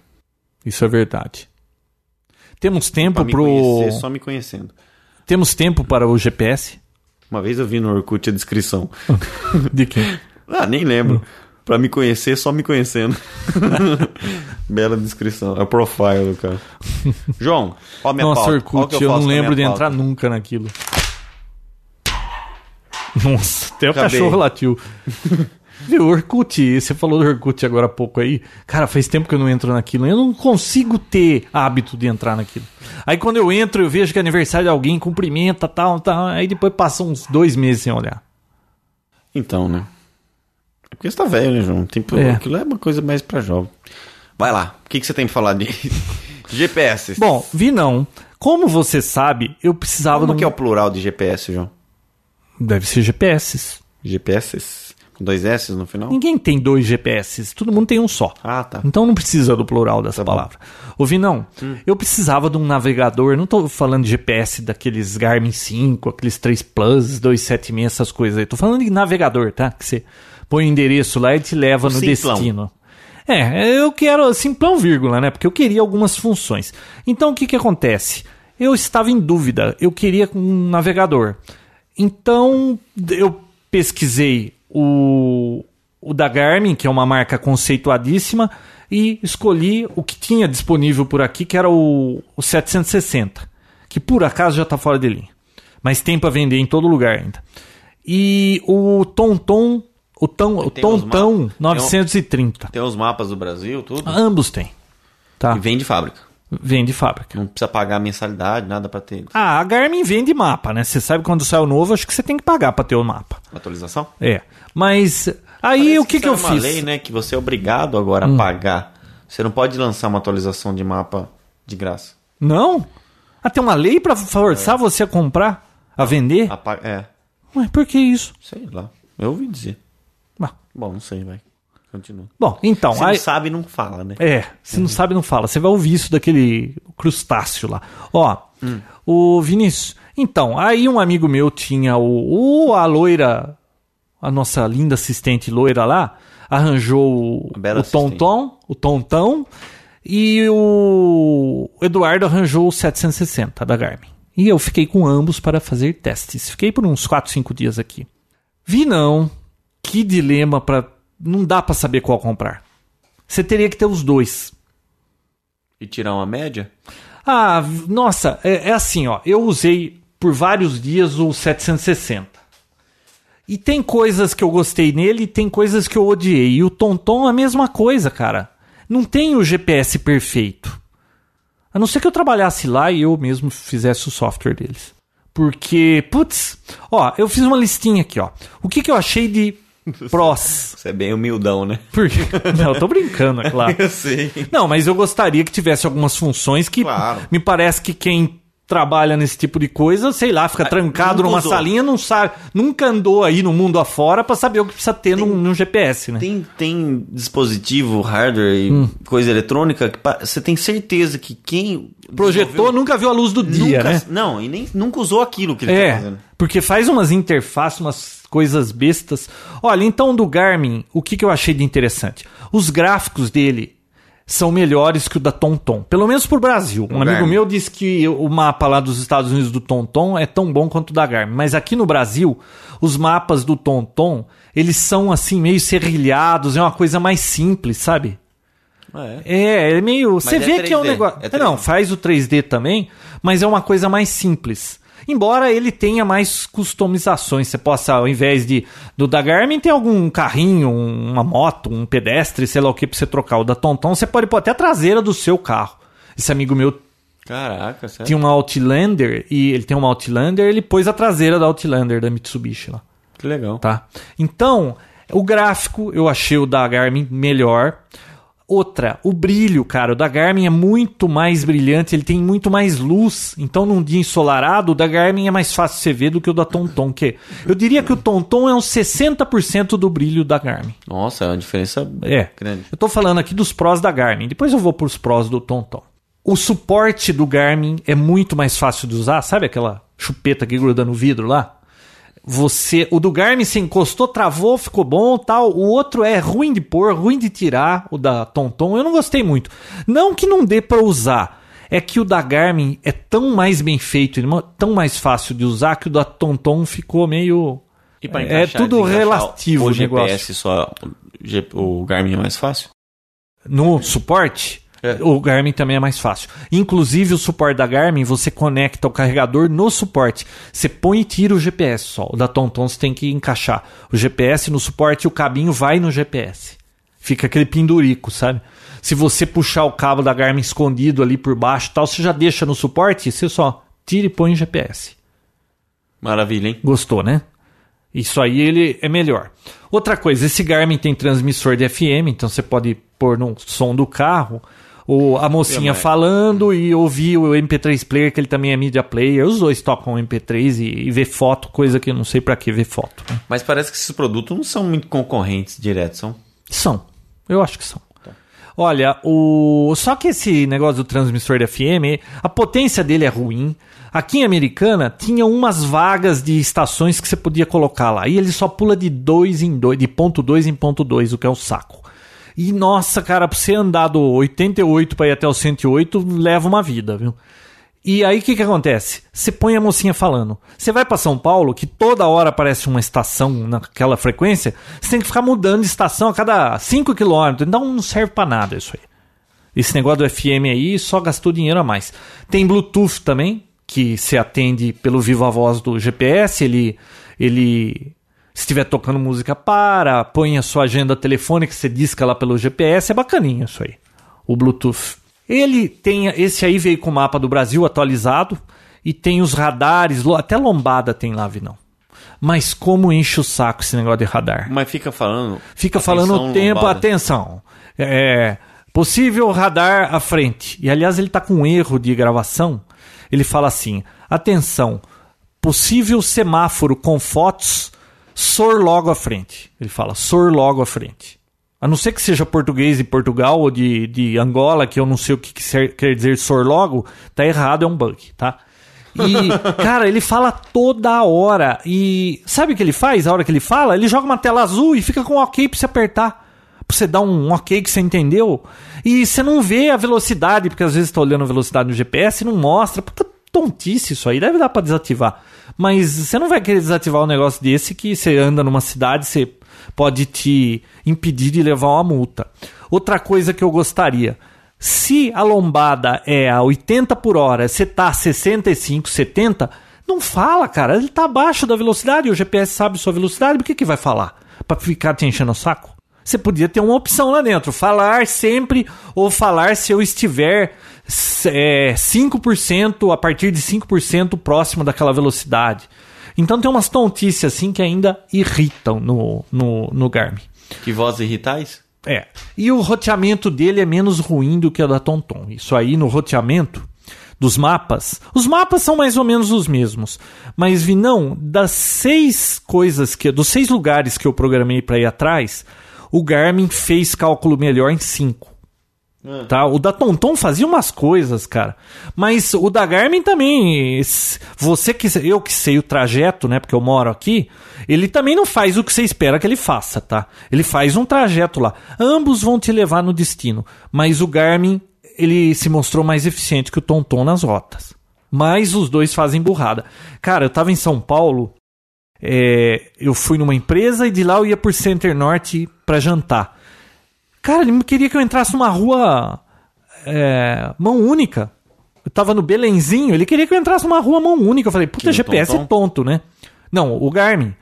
Speaker 2: Isso é verdade. Temos
Speaker 3: Para
Speaker 2: tempo
Speaker 3: me
Speaker 2: pro.
Speaker 3: conhecer, só me conhecendo.
Speaker 2: Temos tempo para o GPS?
Speaker 3: Uma vez eu vi no Orkut a descrição.
Speaker 2: De quem?
Speaker 3: Ah, nem lembro.
Speaker 2: Hum.
Speaker 3: Pra me conhecer, só me conhecendo. Bela descrição. É o profile do cara. João, ó minha
Speaker 2: Nossa,
Speaker 3: pauta. Ó o que
Speaker 2: Orkut, eu, não
Speaker 3: faço com a minha
Speaker 2: lembro de
Speaker 3: pauta.
Speaker 2: entrar nunca naquilo. Nossa, até o
Speaker 3: Acabei.
Speaker 2: cachorro latiu. Viu, Orkut, você falou do Orkut agora há pouco aí. Cara, faz tempo que eu não entro naquilo. Eu não consigo ter hábito de entrar naquilo. Aí quando eu entro, eu vejo que é aniversário de alguém, cumprimenta, tal, tal. Aí depois passa uns dois meses sem olhar.
Speaker 3: Então, né? É porque você tá velho, né, João? Tem...
Speaker 2: É.
Speaker 3: Aquilo é uma coisa mais pra jovem. Vai lá. O que, que você tem pra falar de GPS?
Speaker 2: Bom, vi não. Como você sabe, eu precisava
Speaker 3: Como
Speaker 2: de um-
Speaker 3: que é o plural de GPS, João?
Speaker 2: Deve ser GPS.
Speaker 3: GPS? Com dois S no final?
Speaker 2: Ninguém tem dois GPS, todo mundo tem um só.
Speaker 3: Ah, tá.
Speaker 2: Então não precisa do plural dessa palavra. Ô, Vinão, eu precisava de um navegador, não tô falando de GPS daqueles Garmin 5, aqueles 3 Plus, 276, essas coisas aí. Tô falando de navegador, tá? Que você põe o endereço lá e te leva no
Speaker 3: simplão.
Speaker 2: destino. É, eu quero simplão vírgula, né? Porque eu queria algumas funções. Então o que que acontece? Eu estava em dúvida, eu queria um navegador. Então eu pesquisei o, o da Garmin, que é uma marca conceituadíssima, e escolhi o que tinha disponível por aqui, que era o, o 760, que por acaso já está fora de linha. Mas tem para vender em todo lugar ainda. E o Tonton, o, Tom, o
Speaker 3: Tem os
Speaker 2: Tonton
Speaker 3: mapas.
Speaker 2: 930.
Speaker 3: Tem os mapas do Brasil, tudo.
Speaker 2: Ambos têm. Ah, Tá?
Speaker 3: E vem de fábrica.
Speaker 2: Vem de fábrica.
Speaker 3: Não precisa pagar mensalidade, nada pra ter
Speaker 2: Ah, a Garmin vende mapa, né? Você sabe quando sai o novo, acho que você tem que pagar pra ter o mapa.
Speaker 3: atualização.
Speaker 2: É. Mas aí
Speaker 3: Parece
Speaker 2: o que que,
Speaker 3: saiu
Speaker 2: eu
Speaker 3: uma
Speaker 2: fiz? Hum.
Speaker 3: lei, né, que você é obrigado agora a pagar. Você não pode lançar uma atualização de mapa de graça.
Speaker 2: Não? Ah, tem uma lei pra
Speaker 3: É.
Speaker 2: forçar você a comprar, a vender?
Speaker 3: A pa- É,
Speaker 2: Ué, por que isso?
Speaker 3: sei lá. Eu ouvi dizer.
Speaker 2: Ah,
Speaker 3: Bom, não sei, vai. Continua.
Speaker 2: Bom, então,
Speaker 3: Você
Speaker 2: aí,
Speaker 3: não sabe, não fala, né?
Speaker 2: É, se não sabe, não fala. Você vai ouvir isso daquele crustáceo lá. Ó,
Speaker 3: Hum.
Speaker 2: o Vinícius. Então, aí um amigo meu tinha o, o- a loira, a nossa linda assistente loira lá, arranjou o,
Speaker 3: A bela
Speaker 2: o Tonton, o Tontão, e o Eduardo arranjou o 760 da Garmin. E eu fiquei com ambos para fazer testes. Fiquei por uns 4, 5 dias aqui. Vi não. Que dilema para não dá para saber qual comprar. Você teria que ter os dois.
Speaker 3: E tirar uma média?
Speaker 2: Ah, v- nossa, é, é assim, ó. Eu usei por vários dias o 760. E tem coisas que eu gostei nele e tem coisas que eu odiei. E o Tonton é a mesma coisa, cara. Não tem o GPS perfeito. A não ser que eu trabalhasse lá e eu mesmo fizesse o software deles. Porque, putz, ó, eu fiz uma listinha aqui, ó. O que, que eu achei de prós?
Speaker 3: Você é bem humildão, né?
Speaker 2: Porque... Não, eu tô brincando, é claro.
Speaker 3: Eu sei.
Speaker 2: Não, mas eu gostaria que tivesse algumas funções que
Speaker 3: Claro.
Speaker 2: me parece que quem trabalha nesse tipo de coisa, sei lá, fica trancado
Speaker 3: Ah, nunca
Speaker 2: numa
Speaker 3: usou.
Speaker 2: salinha, não sabe, nunca andou aí no mundo afora pra saber o que precisa ter num, num GPS, né?
Speaker 3: Tem, tem dispositivo, hardware e
Speaker 2: Hum.
Speaker 3: coisa eletrônica que pa- você tem certeza que quem.
Speaker 2: Projetou,
Speaker 3: desenvolveu
Speaker 2: nunca viu a luz do dia,
Speaker 3: nunca,
Speaker 2: né?
Speaker 3: Não, e nem, nunca usou aquilo que ele tá
Speaker 2: É,
Speaker 3: fazendo.
Speaker 2: porque faz umas interfaces, umas coisas bestas. Olha, então do Garmin, o que, que eu achei de interessante? Os gráficos dele são melhores que o da TomTom, pelo menos pro Brasil. Um amigo
Speaker 3: Garmin.
Speaker 2: meu disse que o mapa lá dos Estados Unidos do TomTom é tão bom quanto o da Garmin, mas aqui no Brasil, os mapas do TomTom, eles são assim meio serrilhados, é uma coisa mais simples, sabe?
Speaker 3: Ah,
Speaker 2: É, é meio. Você
Speaker 3: é
Speaker 2: vê que é um
Speaker 3: 3D,
Speaker 2: negócio.
Speaker 3: é 3D.
Speaker 2: não, faz o 3D também, mas é uma coisa mais simples. Embora ele tenha mais customizações, você possa, ao invés de do da Garmin, tem algum carrinho, um- uma moto, um pedestre, sei lá o que, pra você trocar. O da Tonton, você pode pôr até a traseira do seu carro. Esse amigo meu
Speaker 3: Caraca, sério.
Speaker 2: tinha um Outlander, e ele tem um Outlander, ele pôs a traseira da Outlander da Mitsubishi lá
Speaker 3: Que legal.
Speaker 2: tá? Então, o gráfico eu achei o da Garmin melhor. Outra, o brilho, cara, o da Garmin é muito mais brilhante, ele tem muito mais luz. Então, num dia ensolarado, o da Garmin é mais fácil você ver do que o da Tonton, que é. eu diria que o Tonton é uns 60% do brilho da Garmin.
Speaker 3: Nossa, é uma diferença
Speaker 2: É.
Speaker 3: grande.
Speaker 2: Eu tô falando aqui dos prós da Garmin. Depois eu vou pros prós do Tonton. O suporte do Garmin é muito mais fácil de usar. Sabe aquela chupeta que gruda no vidro lá? Você, o do Garmin se encostou, travou, ficou bom, tal. O outro é ruim de pôr, ruim de tirar, o da Tonton. Eu não gostei muito. Não que não dê pra usar, é que o da Garmin é tão mais bem feito, irmão, tão mais fácil de usar que o da Tonton ficou meio
Speaker 3: E pra
Speaker 2: é
Speaker 3: encaixar,
Speaker 2: tudo
Speaker 3: desencaixar
Speaker 2: relativo
Speaker 3: o
Speaker 2: o negócio.
Speaker 3: GPS só o G- o Garmin é mais fácil?
Speaker 2: no suporte,
Speaker 3: É.
Speaker 2: o Garmin também é mais fácil. Inclusive, o suporte da Garmin, você conecta o carregador no suporte. Você põe e tira o GPS só. O da TomTom você tem que encaixar o GPS no suporte e o cabinho vai no GPS. Fica aquele pendurico, sabe? Se você puxar o cabo da Garmin escondido ali por baixo e tal, você já deixa no suporte e você só tira e põe o GPS.
Speaker 3: Maravilha, hein?
Speaker 2: Gostou, né? Isso aí ele é melhor. Outra coisa, esse Garmin tem transmissor de FM, então você pode pôr no som do carro ou a mocinha
Speaker 3: É, mas-
Speaker 2: falando e ouvir o MP3 player, que ele também é media player. Os dois tocam MP3 e, e ver foto, coisa que eu não sei pra que ver foto. né?
Speaker 3: Mas parece que esses produtos não são muito concorrentes direto, são?
Speaker 2: São. Eu acho que são. Olha, o só que esse negócio do transmissor de FM, a potência dele é ruim. Aqui em Americana tinha umas vagas de estações que você podia colocar lá. E ele só pula de dois em dois, de ponto 2 em ponto 2, o que é um saco. E nossa, cara, pra você andar do 88 pra ir até o 108, leva uma vida, viu? E aí o que, que acontece? Você põe a mocinha falando. Você vai pra São Paulo, que toda hora aparece uma estação naquela frequência, você tem que ficar mudando de estação a cada 5 quilômetros. Então não serve pra nada isso aí. Esse negócio do FM aí só gastou dinheiro a mais. Tem Bluetooth também, que se atende pelo viva voz do GPS, ele ele se estiver tocando música para, põe a sua agenda telefônica, você disca lá pelo GPS, é bacaninho isso aí. O Bluetooth. Ele tem esse aí veio com o mapa do Brasil atualizado e tem os radares, lo- até lombada tem lá, Vinão. Mas como enche o saco esse negócio de radar?
Speaker 3: Mas fica falando.
Speaker 2: Fica
Speaker 3: Atenção,
Speaker 2: falando o tempo,
Speaker 3: lombada.
Speaker 2: atenção. É, possível radar à frente. E aliás, ele está com um erro de gravação. Ele fala assim: atenção, possível semáforo com fotos, sor logo à frente. Ele fala, sor logo à frente. A não ser que seja português de Portugal ou de, de Angola, que eu não sei o que que ser- quer dizer sor logo, tá errado, é um bug, tá? E, cara, ele fala toda hora. E sabe o que ele faz? A hora que ele fala, ele joga uma tela azul e fica com ok pra você apertar. Pra você dar um ok que você entendeu. E você não vê a velocidade, porque às vezes você tá olhando a velocidade no GPS e não mostra. Puta tontice isso aí, deve dar pra desativar. Mas você não vai querer desativar um negócio desse que você anda numa cidade, você pode te impedir de levar uma multa. Outra coisa que eu gostaria. Se a lombada é a 80 por hora, você tá a 65, 70, não fala, cara. Ele tá abaixo da velocidade, o GPS sabe sua velocidade, por que, que vai falar? Pra ficar te enchendo o saco? Você podia ter uma opção lá dentro, falar sempre ou falar se eu estiver s- é, 5%, a partir de 5% próximo daquela velocidade. Então tem umas tontices assim que ainda irritam no, no, no Garmin.
Speaker 3: Que vozes irritais?
Speaker 2: É. E o roteamento dele é menos ruim do que o da Tonton. Isso aí no roteamento. dos mapas. Os mapas são mais ou menos os mesmos. Mas, Vinão, das seis coisas que. Dos seis lugares que eu programei para ir atrás, o Garmin fez cálculo melhor em cinco. Tá? O da Tonton fazia umas coisas, cara. Mas o da Garmin também. se- Você que eu que sei o trajeto, né? Porque eu moro aqui. Ele também não faz o que você espera que ele faça, tá? Ele faz um trajeto lá. Ambos vão te levar no destino. Mas o Garmin ele se mostrou mais eficiente que o Tonton nas rotas. Mas os dois fazem burrada. Cara, eu tava em São Paulo é, eu fui numa empresa e de lá eu ia por Center Norte pra jantar. Cara, ele queria que eu entrasse numa rua é, mão única. Eu tava no Belenzinho, ele queria que eu entrasse numa rua mão única. Eu falei, puta,
Speaker 3: no
Speaker 2: GPS é
Speaker 3: Tom-Tom?
Speaker 2: tonto, né? Não, o Garmin.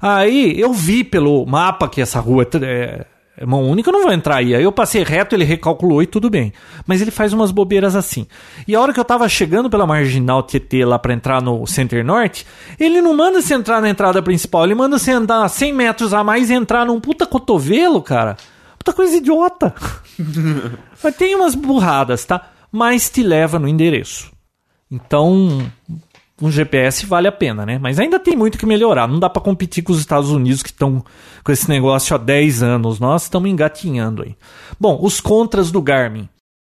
Speaker 2: Aí eu vi pelo mapa que essa rua é tr- é, é mão única, eu não vou entrar aí. Aí eu passei reto, ele recalculou e tudo bem. Mas ele faz umas bobeiras assim. E a hora que eu tava chegando pela marginal TT lá pra entrar no Center Norte, ele não manda você entrar na entrada principal, ele manda você andar 100 metros a mais e entrar num puta cotovelo, cara. Puta coisa idiota. Mas tem umas burradas, tá? Mas te leva no endereço. Então, um GPS vale a pena, né? Mas ainda tem muito que melhorar. Não dá pra competir com os Estados Unidos que estão com esse negócio há 10 anos. Nós estamos engatinhando aí. Bom, os contras do Garmin.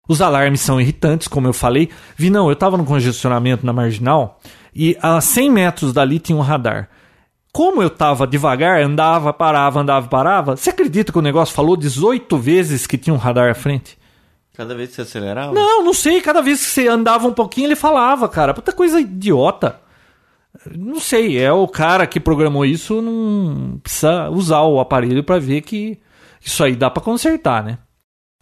Speaker 2: Os alarmes são irritantes, como eu falei. Vi, não, eu estava no congestionamento na marginal e a 100 metros dali tinha um radar. Como eu estava devagar, andava, parava, andava, parava. Você acredita que o negócio falou 18 vezes que tinha um radar à frente?
Speaker 3: Cada vez que você acelerava?
Speaker 2: Não, não sei. Cada vez que você andava um pouquinho, ele falava, cara. Puta coisa idiota. Não sei. É o cara que programou isso, não precisa usar o aparelho pra ver que isso aí dá pra consertar, né?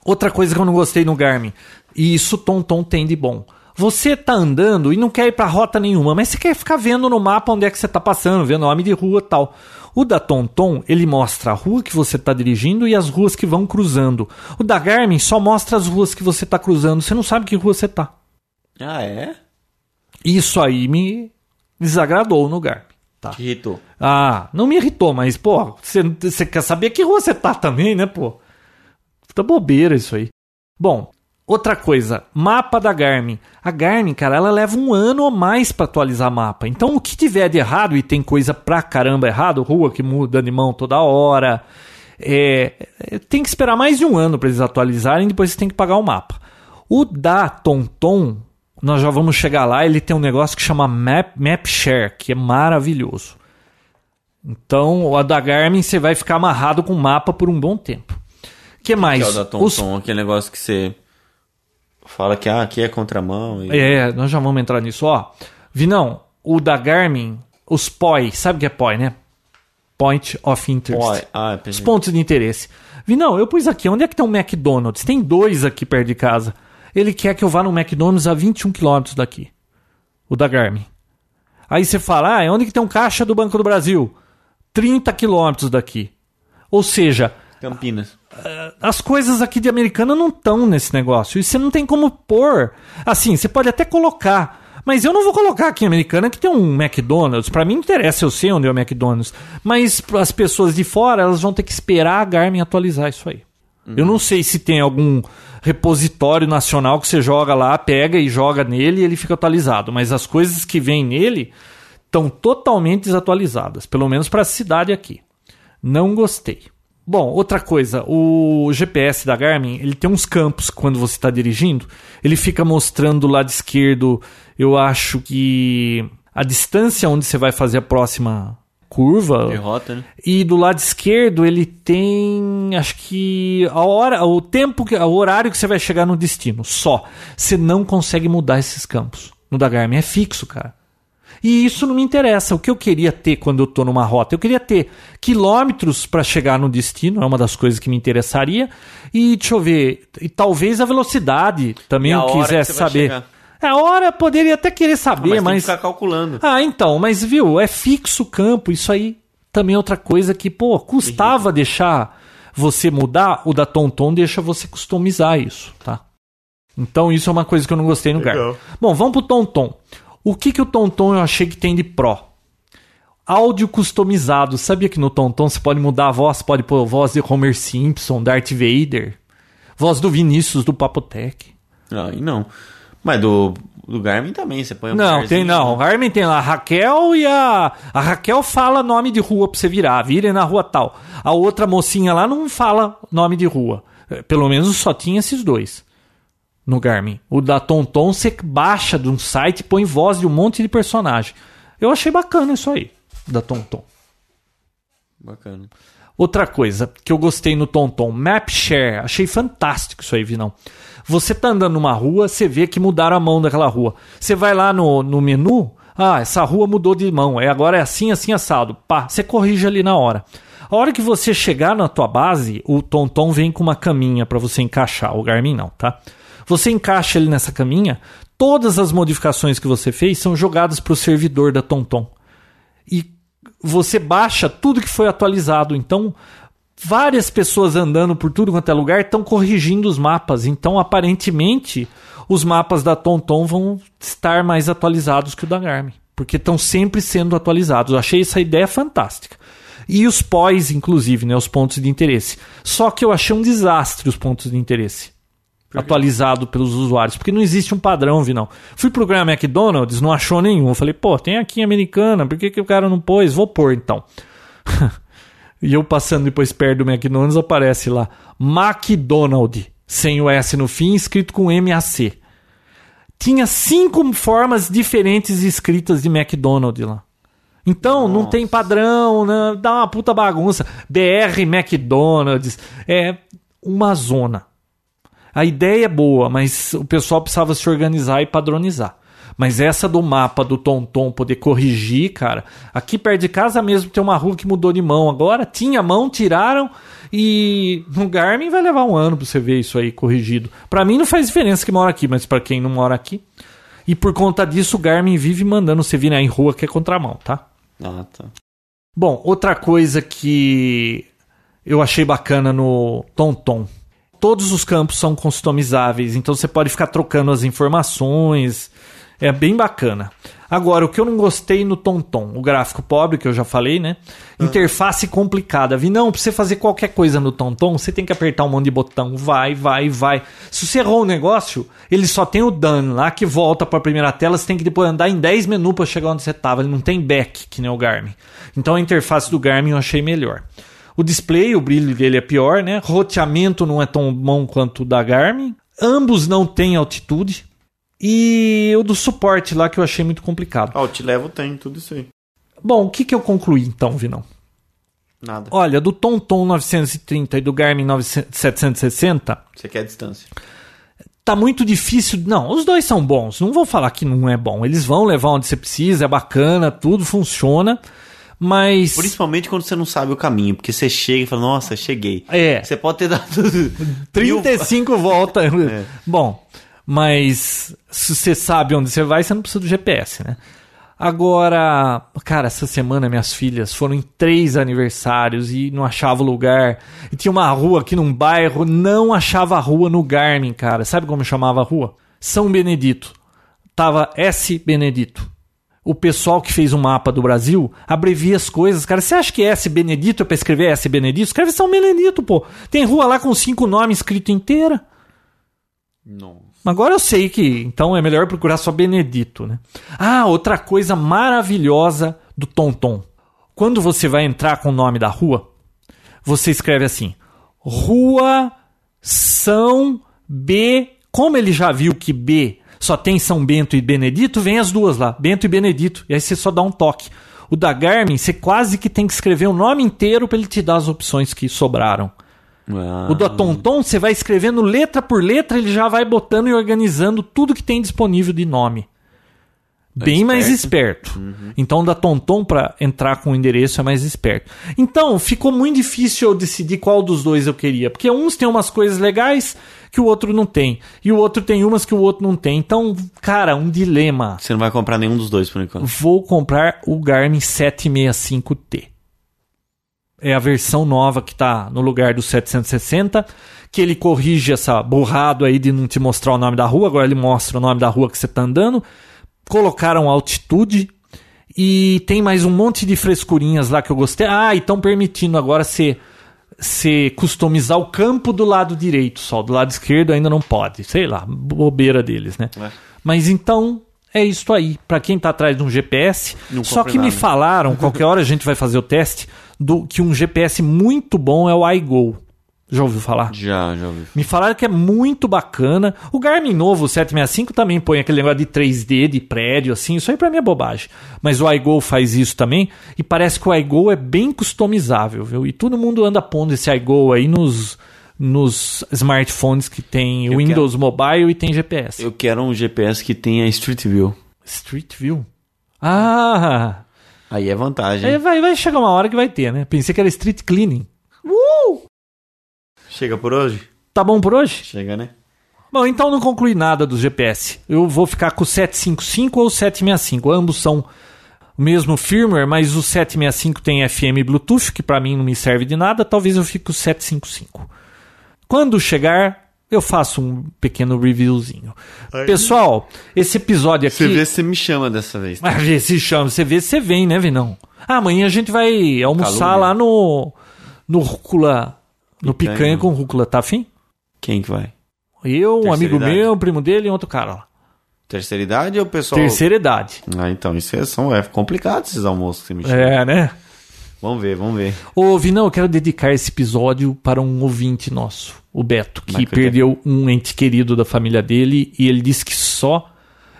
Speaker 2: Outra coisa que eu não gostei no Garmin, e isso o Tom Tom tem de bom. Você tá andando e não quer ir pra rota nenhuma, mas você quer ficar vendo no mapa onde é que você tá passando, vendo nome de rua e tal. O da Tonton, ele mostra a rua que você tá dirigindo e as ruas que vão cruzando. O da Garmin só mostra as ruas que você tá cruzando, você não sabe que rua você tá.
Speaker 3: Ah, é?
Speaker 2: Isso aí me desagradou no Garmin, tá?
Speaker 3: Que irritou.
Speaker 2: Ah, não me irritou, mas, pô, você- você quer saber que rua você tá também, né, pô? Puta bobeira isso aí. Bom, outra coisa, mapa da Garmin. A Garmin, cara, ela leva um ano ou mais pra atualizar mapa. Então, o que tiver de errado, e tem coisa pra caramba errado, rua que muda de mão toda hora, é, é, tem que esperar mais de um ano pra eles atualizarem, depois você tem que pagar o mapa. O da TomTom, nós já vamos chegar lá, ele tem um negócio que chama Map, Map Share, que é maravilhoso. Então, a da Garmin, você vai ficar amarrado com o mapa por um bom tempo. que mais?
Speaker 3: Que é o da Tom
Speaker 2: Os-
Speaker 3: Tom, aquele negócio que você fala que ah, aqui é contramão. E...
Speaker 2: É, nós já vamos entrar nisso, ó. Vinão, o da Garmin, os POI, sabe o que é POI, né? Point of Interest.
Speaker 3: Ó, ah, é
Speaker 2: Os pontos de interesse. Vinão, eu pus aqui, onde é que tem um McDonald's? Tem dois aqui perto de casa. Ele quer que eu vá no McDonald's a 21 quilômetros daqui. O da Garmin. Aí você fala, ah, onde que tem um caixa do Banco do Brasil? 30 quilômetros daqui. Ou seja,
Speaker 3: Campinas.
Speaker 2: as coisas aqui de americana não estão nesse negócio. E você não tem como pôr. Assim, você pode até colocar. Mas eu não vou colocar aqui em americana que tem um McDonald's. Pra mim não interessa, eu sei onde é o McDonald's. Mas as pessoas de fora, elas vão ter que esperar a Garmin atualizar isso aí. Eu não sei se tem algum repositório nacional que você joga lá, pega e joga nele e ele fica atualizado. Mas as coisas que vêm nele estão totalmente desatualizadas. Pelo menos para a cidade aqui. Não gostei. Bom, outra coisa, o GPS da Garmin, ele tem uns campos quando você está dirigindo, ele fica mostrando o lado esquerdo, eu acho que a distância onde você vai fazer a próxima curva
Speaker 3: De rota, né?
Speaker 2: e do lado esquerdo ele tem, acho que a hora, o tempo, que, o horário que você vai chegar no destino, só. Você não consegue mudar esses campos. No da Garmin é fixo, cara. E isso não me interessa. O que eu queria ter quando eu tô numa rota? Eu queria ter quilômetros para chegar no destino, é uma das coisas que me interessaria. E deixa eu ver, e talvez a velocidade também
Speaker 3: E a
Speaker 2: eu
Speaker 3: hora que
Speaker 2: quisesse
Speaker 3: você vai
Speaker 2: saber. É,
Speaker 3: chegar.
Speaker 2: A hora eu poderia até querer
Speaker 3: mas
Speaker 2: saber,
Speaker 3: tem
Speaker 2: mas
Speaker 3: que ficar calculando.
Speaker 2: ah, então, mas viu, é fixo o campo, isso aí também é outra coisa que, pô, custava deixar você mudar, o da Tonton deixa você customizar isso, tá? Então isso é uma coisa que eu não gostei no Garmin. Bom, vamos pro Tonton. O que que o Tonton eu achei que tem de pró? Áudio customizado. Sabia que no Tonton você pode mudar a voz, pode pôr voz de Homer Simpson, Darth Vader, voz do Vinícius do Papotec.
Speaker 3: Aí Ah, não. Mas do, do Garmin também, você põe um
Speaker 2: Não,
Speaker 3: lugarzinho.
Speaker 2: tem não. O Garmin tem lá a Raquel e a. A Raquel fala nome de rua pra você virar. Vire na rua tal. A outra mocinha lá não fala nome de rua. Eh, Pelo menos só tinha esses dois no Garmin. O da Tonton você baixa de um site e põe voz de um monte de personagem. Eu achei bacana isso aí, da Tonton.
Speaker 3: Bacana.
Speaker 2: Outra coisa que eu gostei no Tonton, Mapshare. Achei fantástico isso aí, Vinão. Você tá andando numa rua, você vê que mudaram a mão daquela rua. Você vai lá no, no menu, ah, essa rua mudou de mão, é agora é assim, assim, assado. Pá, você corrige ali na hora. A hora que você chegar na tua base, o Tonton vem com uma caminha para você encaixar, o Garmin não, tá? Você encaixa ele nessa caminha, todas as modificações que você fez são jogadas para o servidor da Tonton e você baixa tudo que foi atualizado. Então, várias pessoas andando por tudo quanto é lugar estão corrigindo os mapas. Então, aparentemente, os mapas da TomTom vão estar mais atualizados que o da Garmin, porque estão sempre sendo atualizados. Eu achei essa ideia fantástica. E os pós, inclusive, né, os pontos de interesse. Só que eu achei um desastre os pontos de interesse atualizado pelos usuários, porque não existe um padrão, Vinão. Fui programar McDonald's, não achou nenhum. Eu falei, pô, tem aqui em americana, por que, que o cara não pôs? Vou pôr então. e eu passando depois perto do McDonald's, aparece lá, McDonald's, sem o S no fim, escrito com MAC. Tinha cinco formas diferentes escritas de McDonald's lá. Então, não tem padrão, né? dá uma puta bagunça. BR McDonald's, é uma zona. A ideia é boa, mas o pessoal precisava se organizar e padronizar. Mas essa do mapa do Tonton poder corrigir, cara. Aqui perto de casa mesmo tem uma rua que mudou de mão agora. Tinha mão, tiraram. E no Garmin vai levar um ano pra você ver isso aí corrigido. Pra mim não faz diferença que mora aqui, mas pra quem não mora aqui. E por conta disso o Garmin vive mandando você vir aí em rua que é contramão, tá?
Speaker 3: Ah, tá.
Speaker 2: Bom, outra coisa que eu achei bacana no Tonton. Todos os campos são customizáveis, então você pode ficar trocando as informações. É bem bacana. Agora, o que eu não gostei no Tonton, o gráfico pobre, que eu já falei, né? Interface complicada. Vi, não, pra você fazer qualquer coisa no Tonton, você tem que apertar um monte de botão. Vai, vai, vai. Se você errou o negócio, ele só tem o done lá que volta pra primeira tela. Você tem que depois andar em 10 menus pra chegar onde você tava. Ele não tem back, que nem o Garmin. Então a interface do Garmin eu achei melhor. O display, o brilho dele é pior, né? Roteamento não é tão bom quanto o da Garmin. Ambos não têm altitude. E o do suporte lá que eu achei muito complicado.
Speaker 3: Ah, o te levo tem, tudo isso aí.
Speaker 2: Bom, o que, que eu concluí então, Vinão?
Speaker 3: Nada.
Speaker 2: Olha, do Tonton 930 e do Garmin 900 760,
Speaker 3: Você quer distância.
Speaker 2: tá muito difícil. Não, os dois são bons. Não vou falar que não é bom. Eles vão levar onde você precisa, é bacana, tudo funciona. Mas.
Speaker 3: Principalmente quando você não sabe o caminho, porque você chega e fala, nossa, cheguei.
Speaker 2: É.
Speaker 3: Você pode ter dado
Speaker 2: 35 voltas. Bom, mas se você sabe onde você vai, você não precisa do GPS, né? Agora, cara, essa semana minhas filhas foram em três aniversários e não achava o lugar. E tinha uma rua aqui num bairro, não achava a rua no Garmin, cara. Sabe como chamava a rua? São Benedito. Tava S Benedito. O pessoal que fez o mapa do Brasil abrevia as coisas, cara. Você acha que S Benedito é pra escrever S Benedito? Escreve São Benedito, pô. Tem rua lá com cinco nomes escrito inteira.
Speaker 3: Nossa.
Speaker 2: Agora eu sei que então é melhor procurar só Benedito, né? Ah, outra coisa maravilhosa do Tonton. Quando você vai entrar com o nome da rua, você escreve assim: Rua São B. Como ele já viu que B só tem São Bento e Benedito, vem as duas lá, Bento e Benedito. E aí você só dá um toque. O da Garmin, você quase que tem que escrever o nome inteiro para ele te dar as opções que sobraram.
Speaker 3: Ah.
Speaker 2: O do Tonton, você vai escrevendo letra por letra, ele já vai botando e organizando tudo que tem disponível de nome. Bem mais esperto. Então, o da Tonton, para entrar com o endereço, é mais esperto. Então, ficou muito difícil eu decidir qual dos dois eu queria. Porque uns tem umas coisas legais que o outro não tem. E o outro tem umas que o outro não tem. Então, cara, um dilema.
Speaker 3: Você não vai comprar nenhum dos dois por enquanto.
Speaker 2: Vou comprar o Garmin 765T. É a versão nova que tá no lugar do 760, que ele corrige essa borrado aí de não te mostrar o nome da rua, agora ele mostra o nome da rua que você tá andando. Colocaram altitude e tem mais um monte de frescurinhas lá que eu gostei. Ah, e estão permitindo agora você você customizar o campo do lado direito só, do lado esquerdo ainda não pode. Sei lá, bobeira deles, né?
Speaker 3: É.
Speaker 2: Mas então é isso aí. Pra quem tá atrás de um GPS,
Speaker 3: Não
Speaker 2: só
Speaker 3: compra
Speaker 2: que me
Speaker 3: nada.
Speaker 2: falaram, qualquer hora a gente vai fazer o teste, do que um GPS muito bom é o iGo. Já ouviu falar?
Speaker 3: Já, já ouvi.
Speaker 2: Me falaram que é muito bacana. O Garmin novo, o 765, também põe aquele negócio de 3D de prédio, assim. Isso aí pra mim é bobagem. Mas o iGo faz isso também. E parece que o iGo é bem customizável, viu? E todo mundo anda pondo esse iGo aí nos, nos smartphones que tem
Speaker 3: Eu
Speaker 2: Windows Mobile e tem GPS.
Speaker 3: Eu quero um GPS que tenha Street View.
Speaker 2: Street View? Ah!
Speaker 3: Aí é vantagem.
Speaker 2: aí vai, vai chegar uma hora que vai ter, né? Pensei que era Street Cleaning. é-
Speaker 3: Chega por hoje?
Speaker 2: Tá bom por hoje?
Speaker 3: Chega, né?
Speaker 2: Bom, então não concluí nada do GPS. Eu vou ficar com o 755 ou o 765. Ambos são o mesmo firmware, mas o 765 tem FM e Bluetooth, que pra mim não me serve de nada. Talvez eu fique com o 755. Quando chegar, eu faço um pequeno reviewzinho. Pessoal, esse episódio aqui.
Speaker 3: Você vê se você me chama dessa vez.
Speaker 2: Ah, vê se chama, você vê, você vem, né, Vinão? Ah, amanhã a gente vai almoçar
Speaker 3: Calúnia.
Speaker 2: lá no. No Rúcula. No
Speaker 3: Picanha.
Speaker 2: picanha, com Rúcula, tá afim?
Speaker 3: Quem que vai?
Speaker 2: Eu, um
Speaker 3: Terceira
Speaker 2: amigo
Speaker 3: idade.
Speaker 2: meu, um primo dele e outro cara lá.
Speaker 3: Terceira idade ou pessoal?
Speaker 2: Terceira idade.
Speaker 3: Ah, então, isso é, são, é complicado esses almoços que você me chama.
Speaker 2: É, né?
Speaker 3: Vamos ver, vamos ver.
Speaker 2: Ô, Vinão, eu quero dedicar esse episódio para um ouvinte nosso, o Beto, que
Speaker 3: Bacana.
Speaker 2: perdeu um ente querido da família dele e ele disse que só.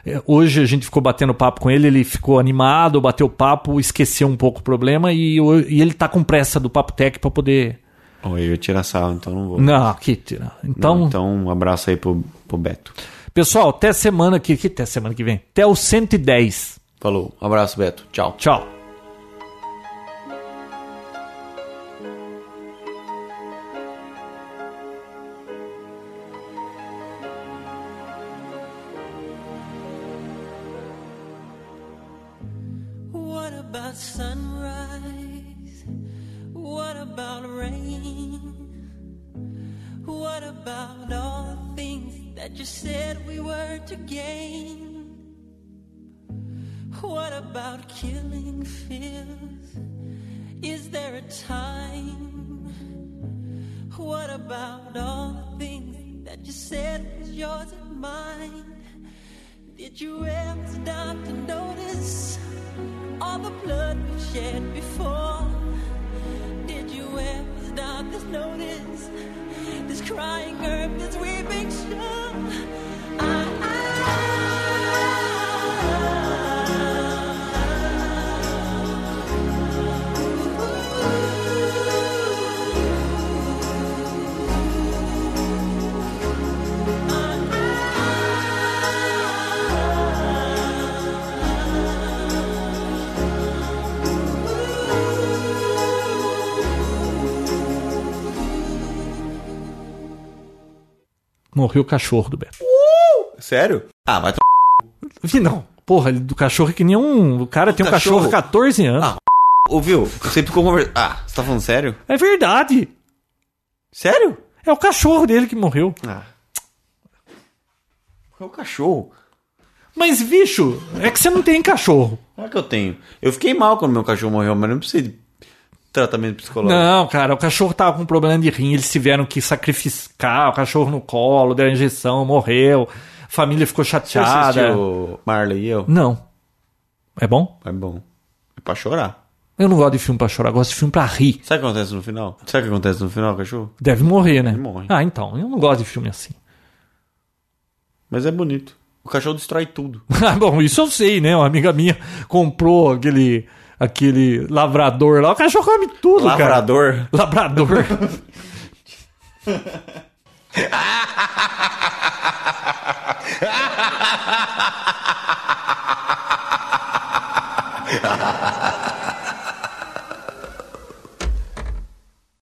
Speaker 2: é, Hoje a gente ficou batendo papo com ele, ele ficou animado, bateu papo, esqueceu um pouco o problema e, o- e ele tá com pressa do Papo Tech para poder.
Speaker 3: Ó, eu ia tirar sarro, então não vou.
Speaker 2: Não, que tira. Então,
Speaker 3: Não, então, um abraço aí pro, pro Beto.
Speaker 2: pessoal, até semana que, que até semana que vem. Até o 110.
Speaker 3: Falou. um Abraço, Beto. Tchau.
Speaker 2: Tchau.
Speaker 4: What about sunrise? What about rain? What about all the things that you said we were to gain? What about killing fears? Is there a time? What about all the things that you said was yours and mine? Did you ever stop to notice? all the blood we shed before. Did you ever stop this notice? This crying earth, this weeping shore. I,
Speaker 2: Morreu o cachorro do Beto.
Speaker 3: Sério? Ah, vai tomar.
Speaker 2: Vi não. Porra, ele- do cachorro é que nem um. O cara tem um cachorro,
Speaker 3: cachorro?
Speaker 2: 14 anos.
Speaker 3: Ah. Ouviu? Você ficou conversando. Ah, você tá falando sério?
Speaker 2: É verdade.
Speaker 3: Sério?
Speaker 2: É o cachorro dele que morreu.
Speaker 3: Ah. É o cachorro.
Speaker 2: Mas, bicho, é que você não tem cachorro.
Speaker 3: Claro é que eu tenho. Eu fiquei mal quando meu cachorro morreu, mas não precisa de tratamento psicológico.
Speaker 2: Não, cara, o cachorro tava com problema de rim, eles tiveram que sacrificar o cachorro no colo, deram injeção, morreu. A família ficou
Speaker 3: Você
Speaker 2: chateada.
Speaker 3: assistiu Marley e eu?
Speaker 2: Não. É bom?
Speaker 3: É bom. É pra chorar.
Speaker 2: Eu não gosto de filme pra chorar, eu gosto de filme pra rir.
Speaker 3: Sabe o que acontece no final? Sabe o que acontece no final, cachorro?
Speaker 2: Deve morrer, né?
Speaker 3: Ele morre.
Speaker 2: Ah, então, eu não gosto de filme assim.
Speaker 3: Mas é bonito. O cachorro destrói tudo.
Speaker 2: Ah, bom, isso eu sei, né? Uma amiga minha comprou aquele aquele lavrador lá. O cachorro come tudo,
Speaker 3: Lavrador.
Speaker 2: cara. Labrador.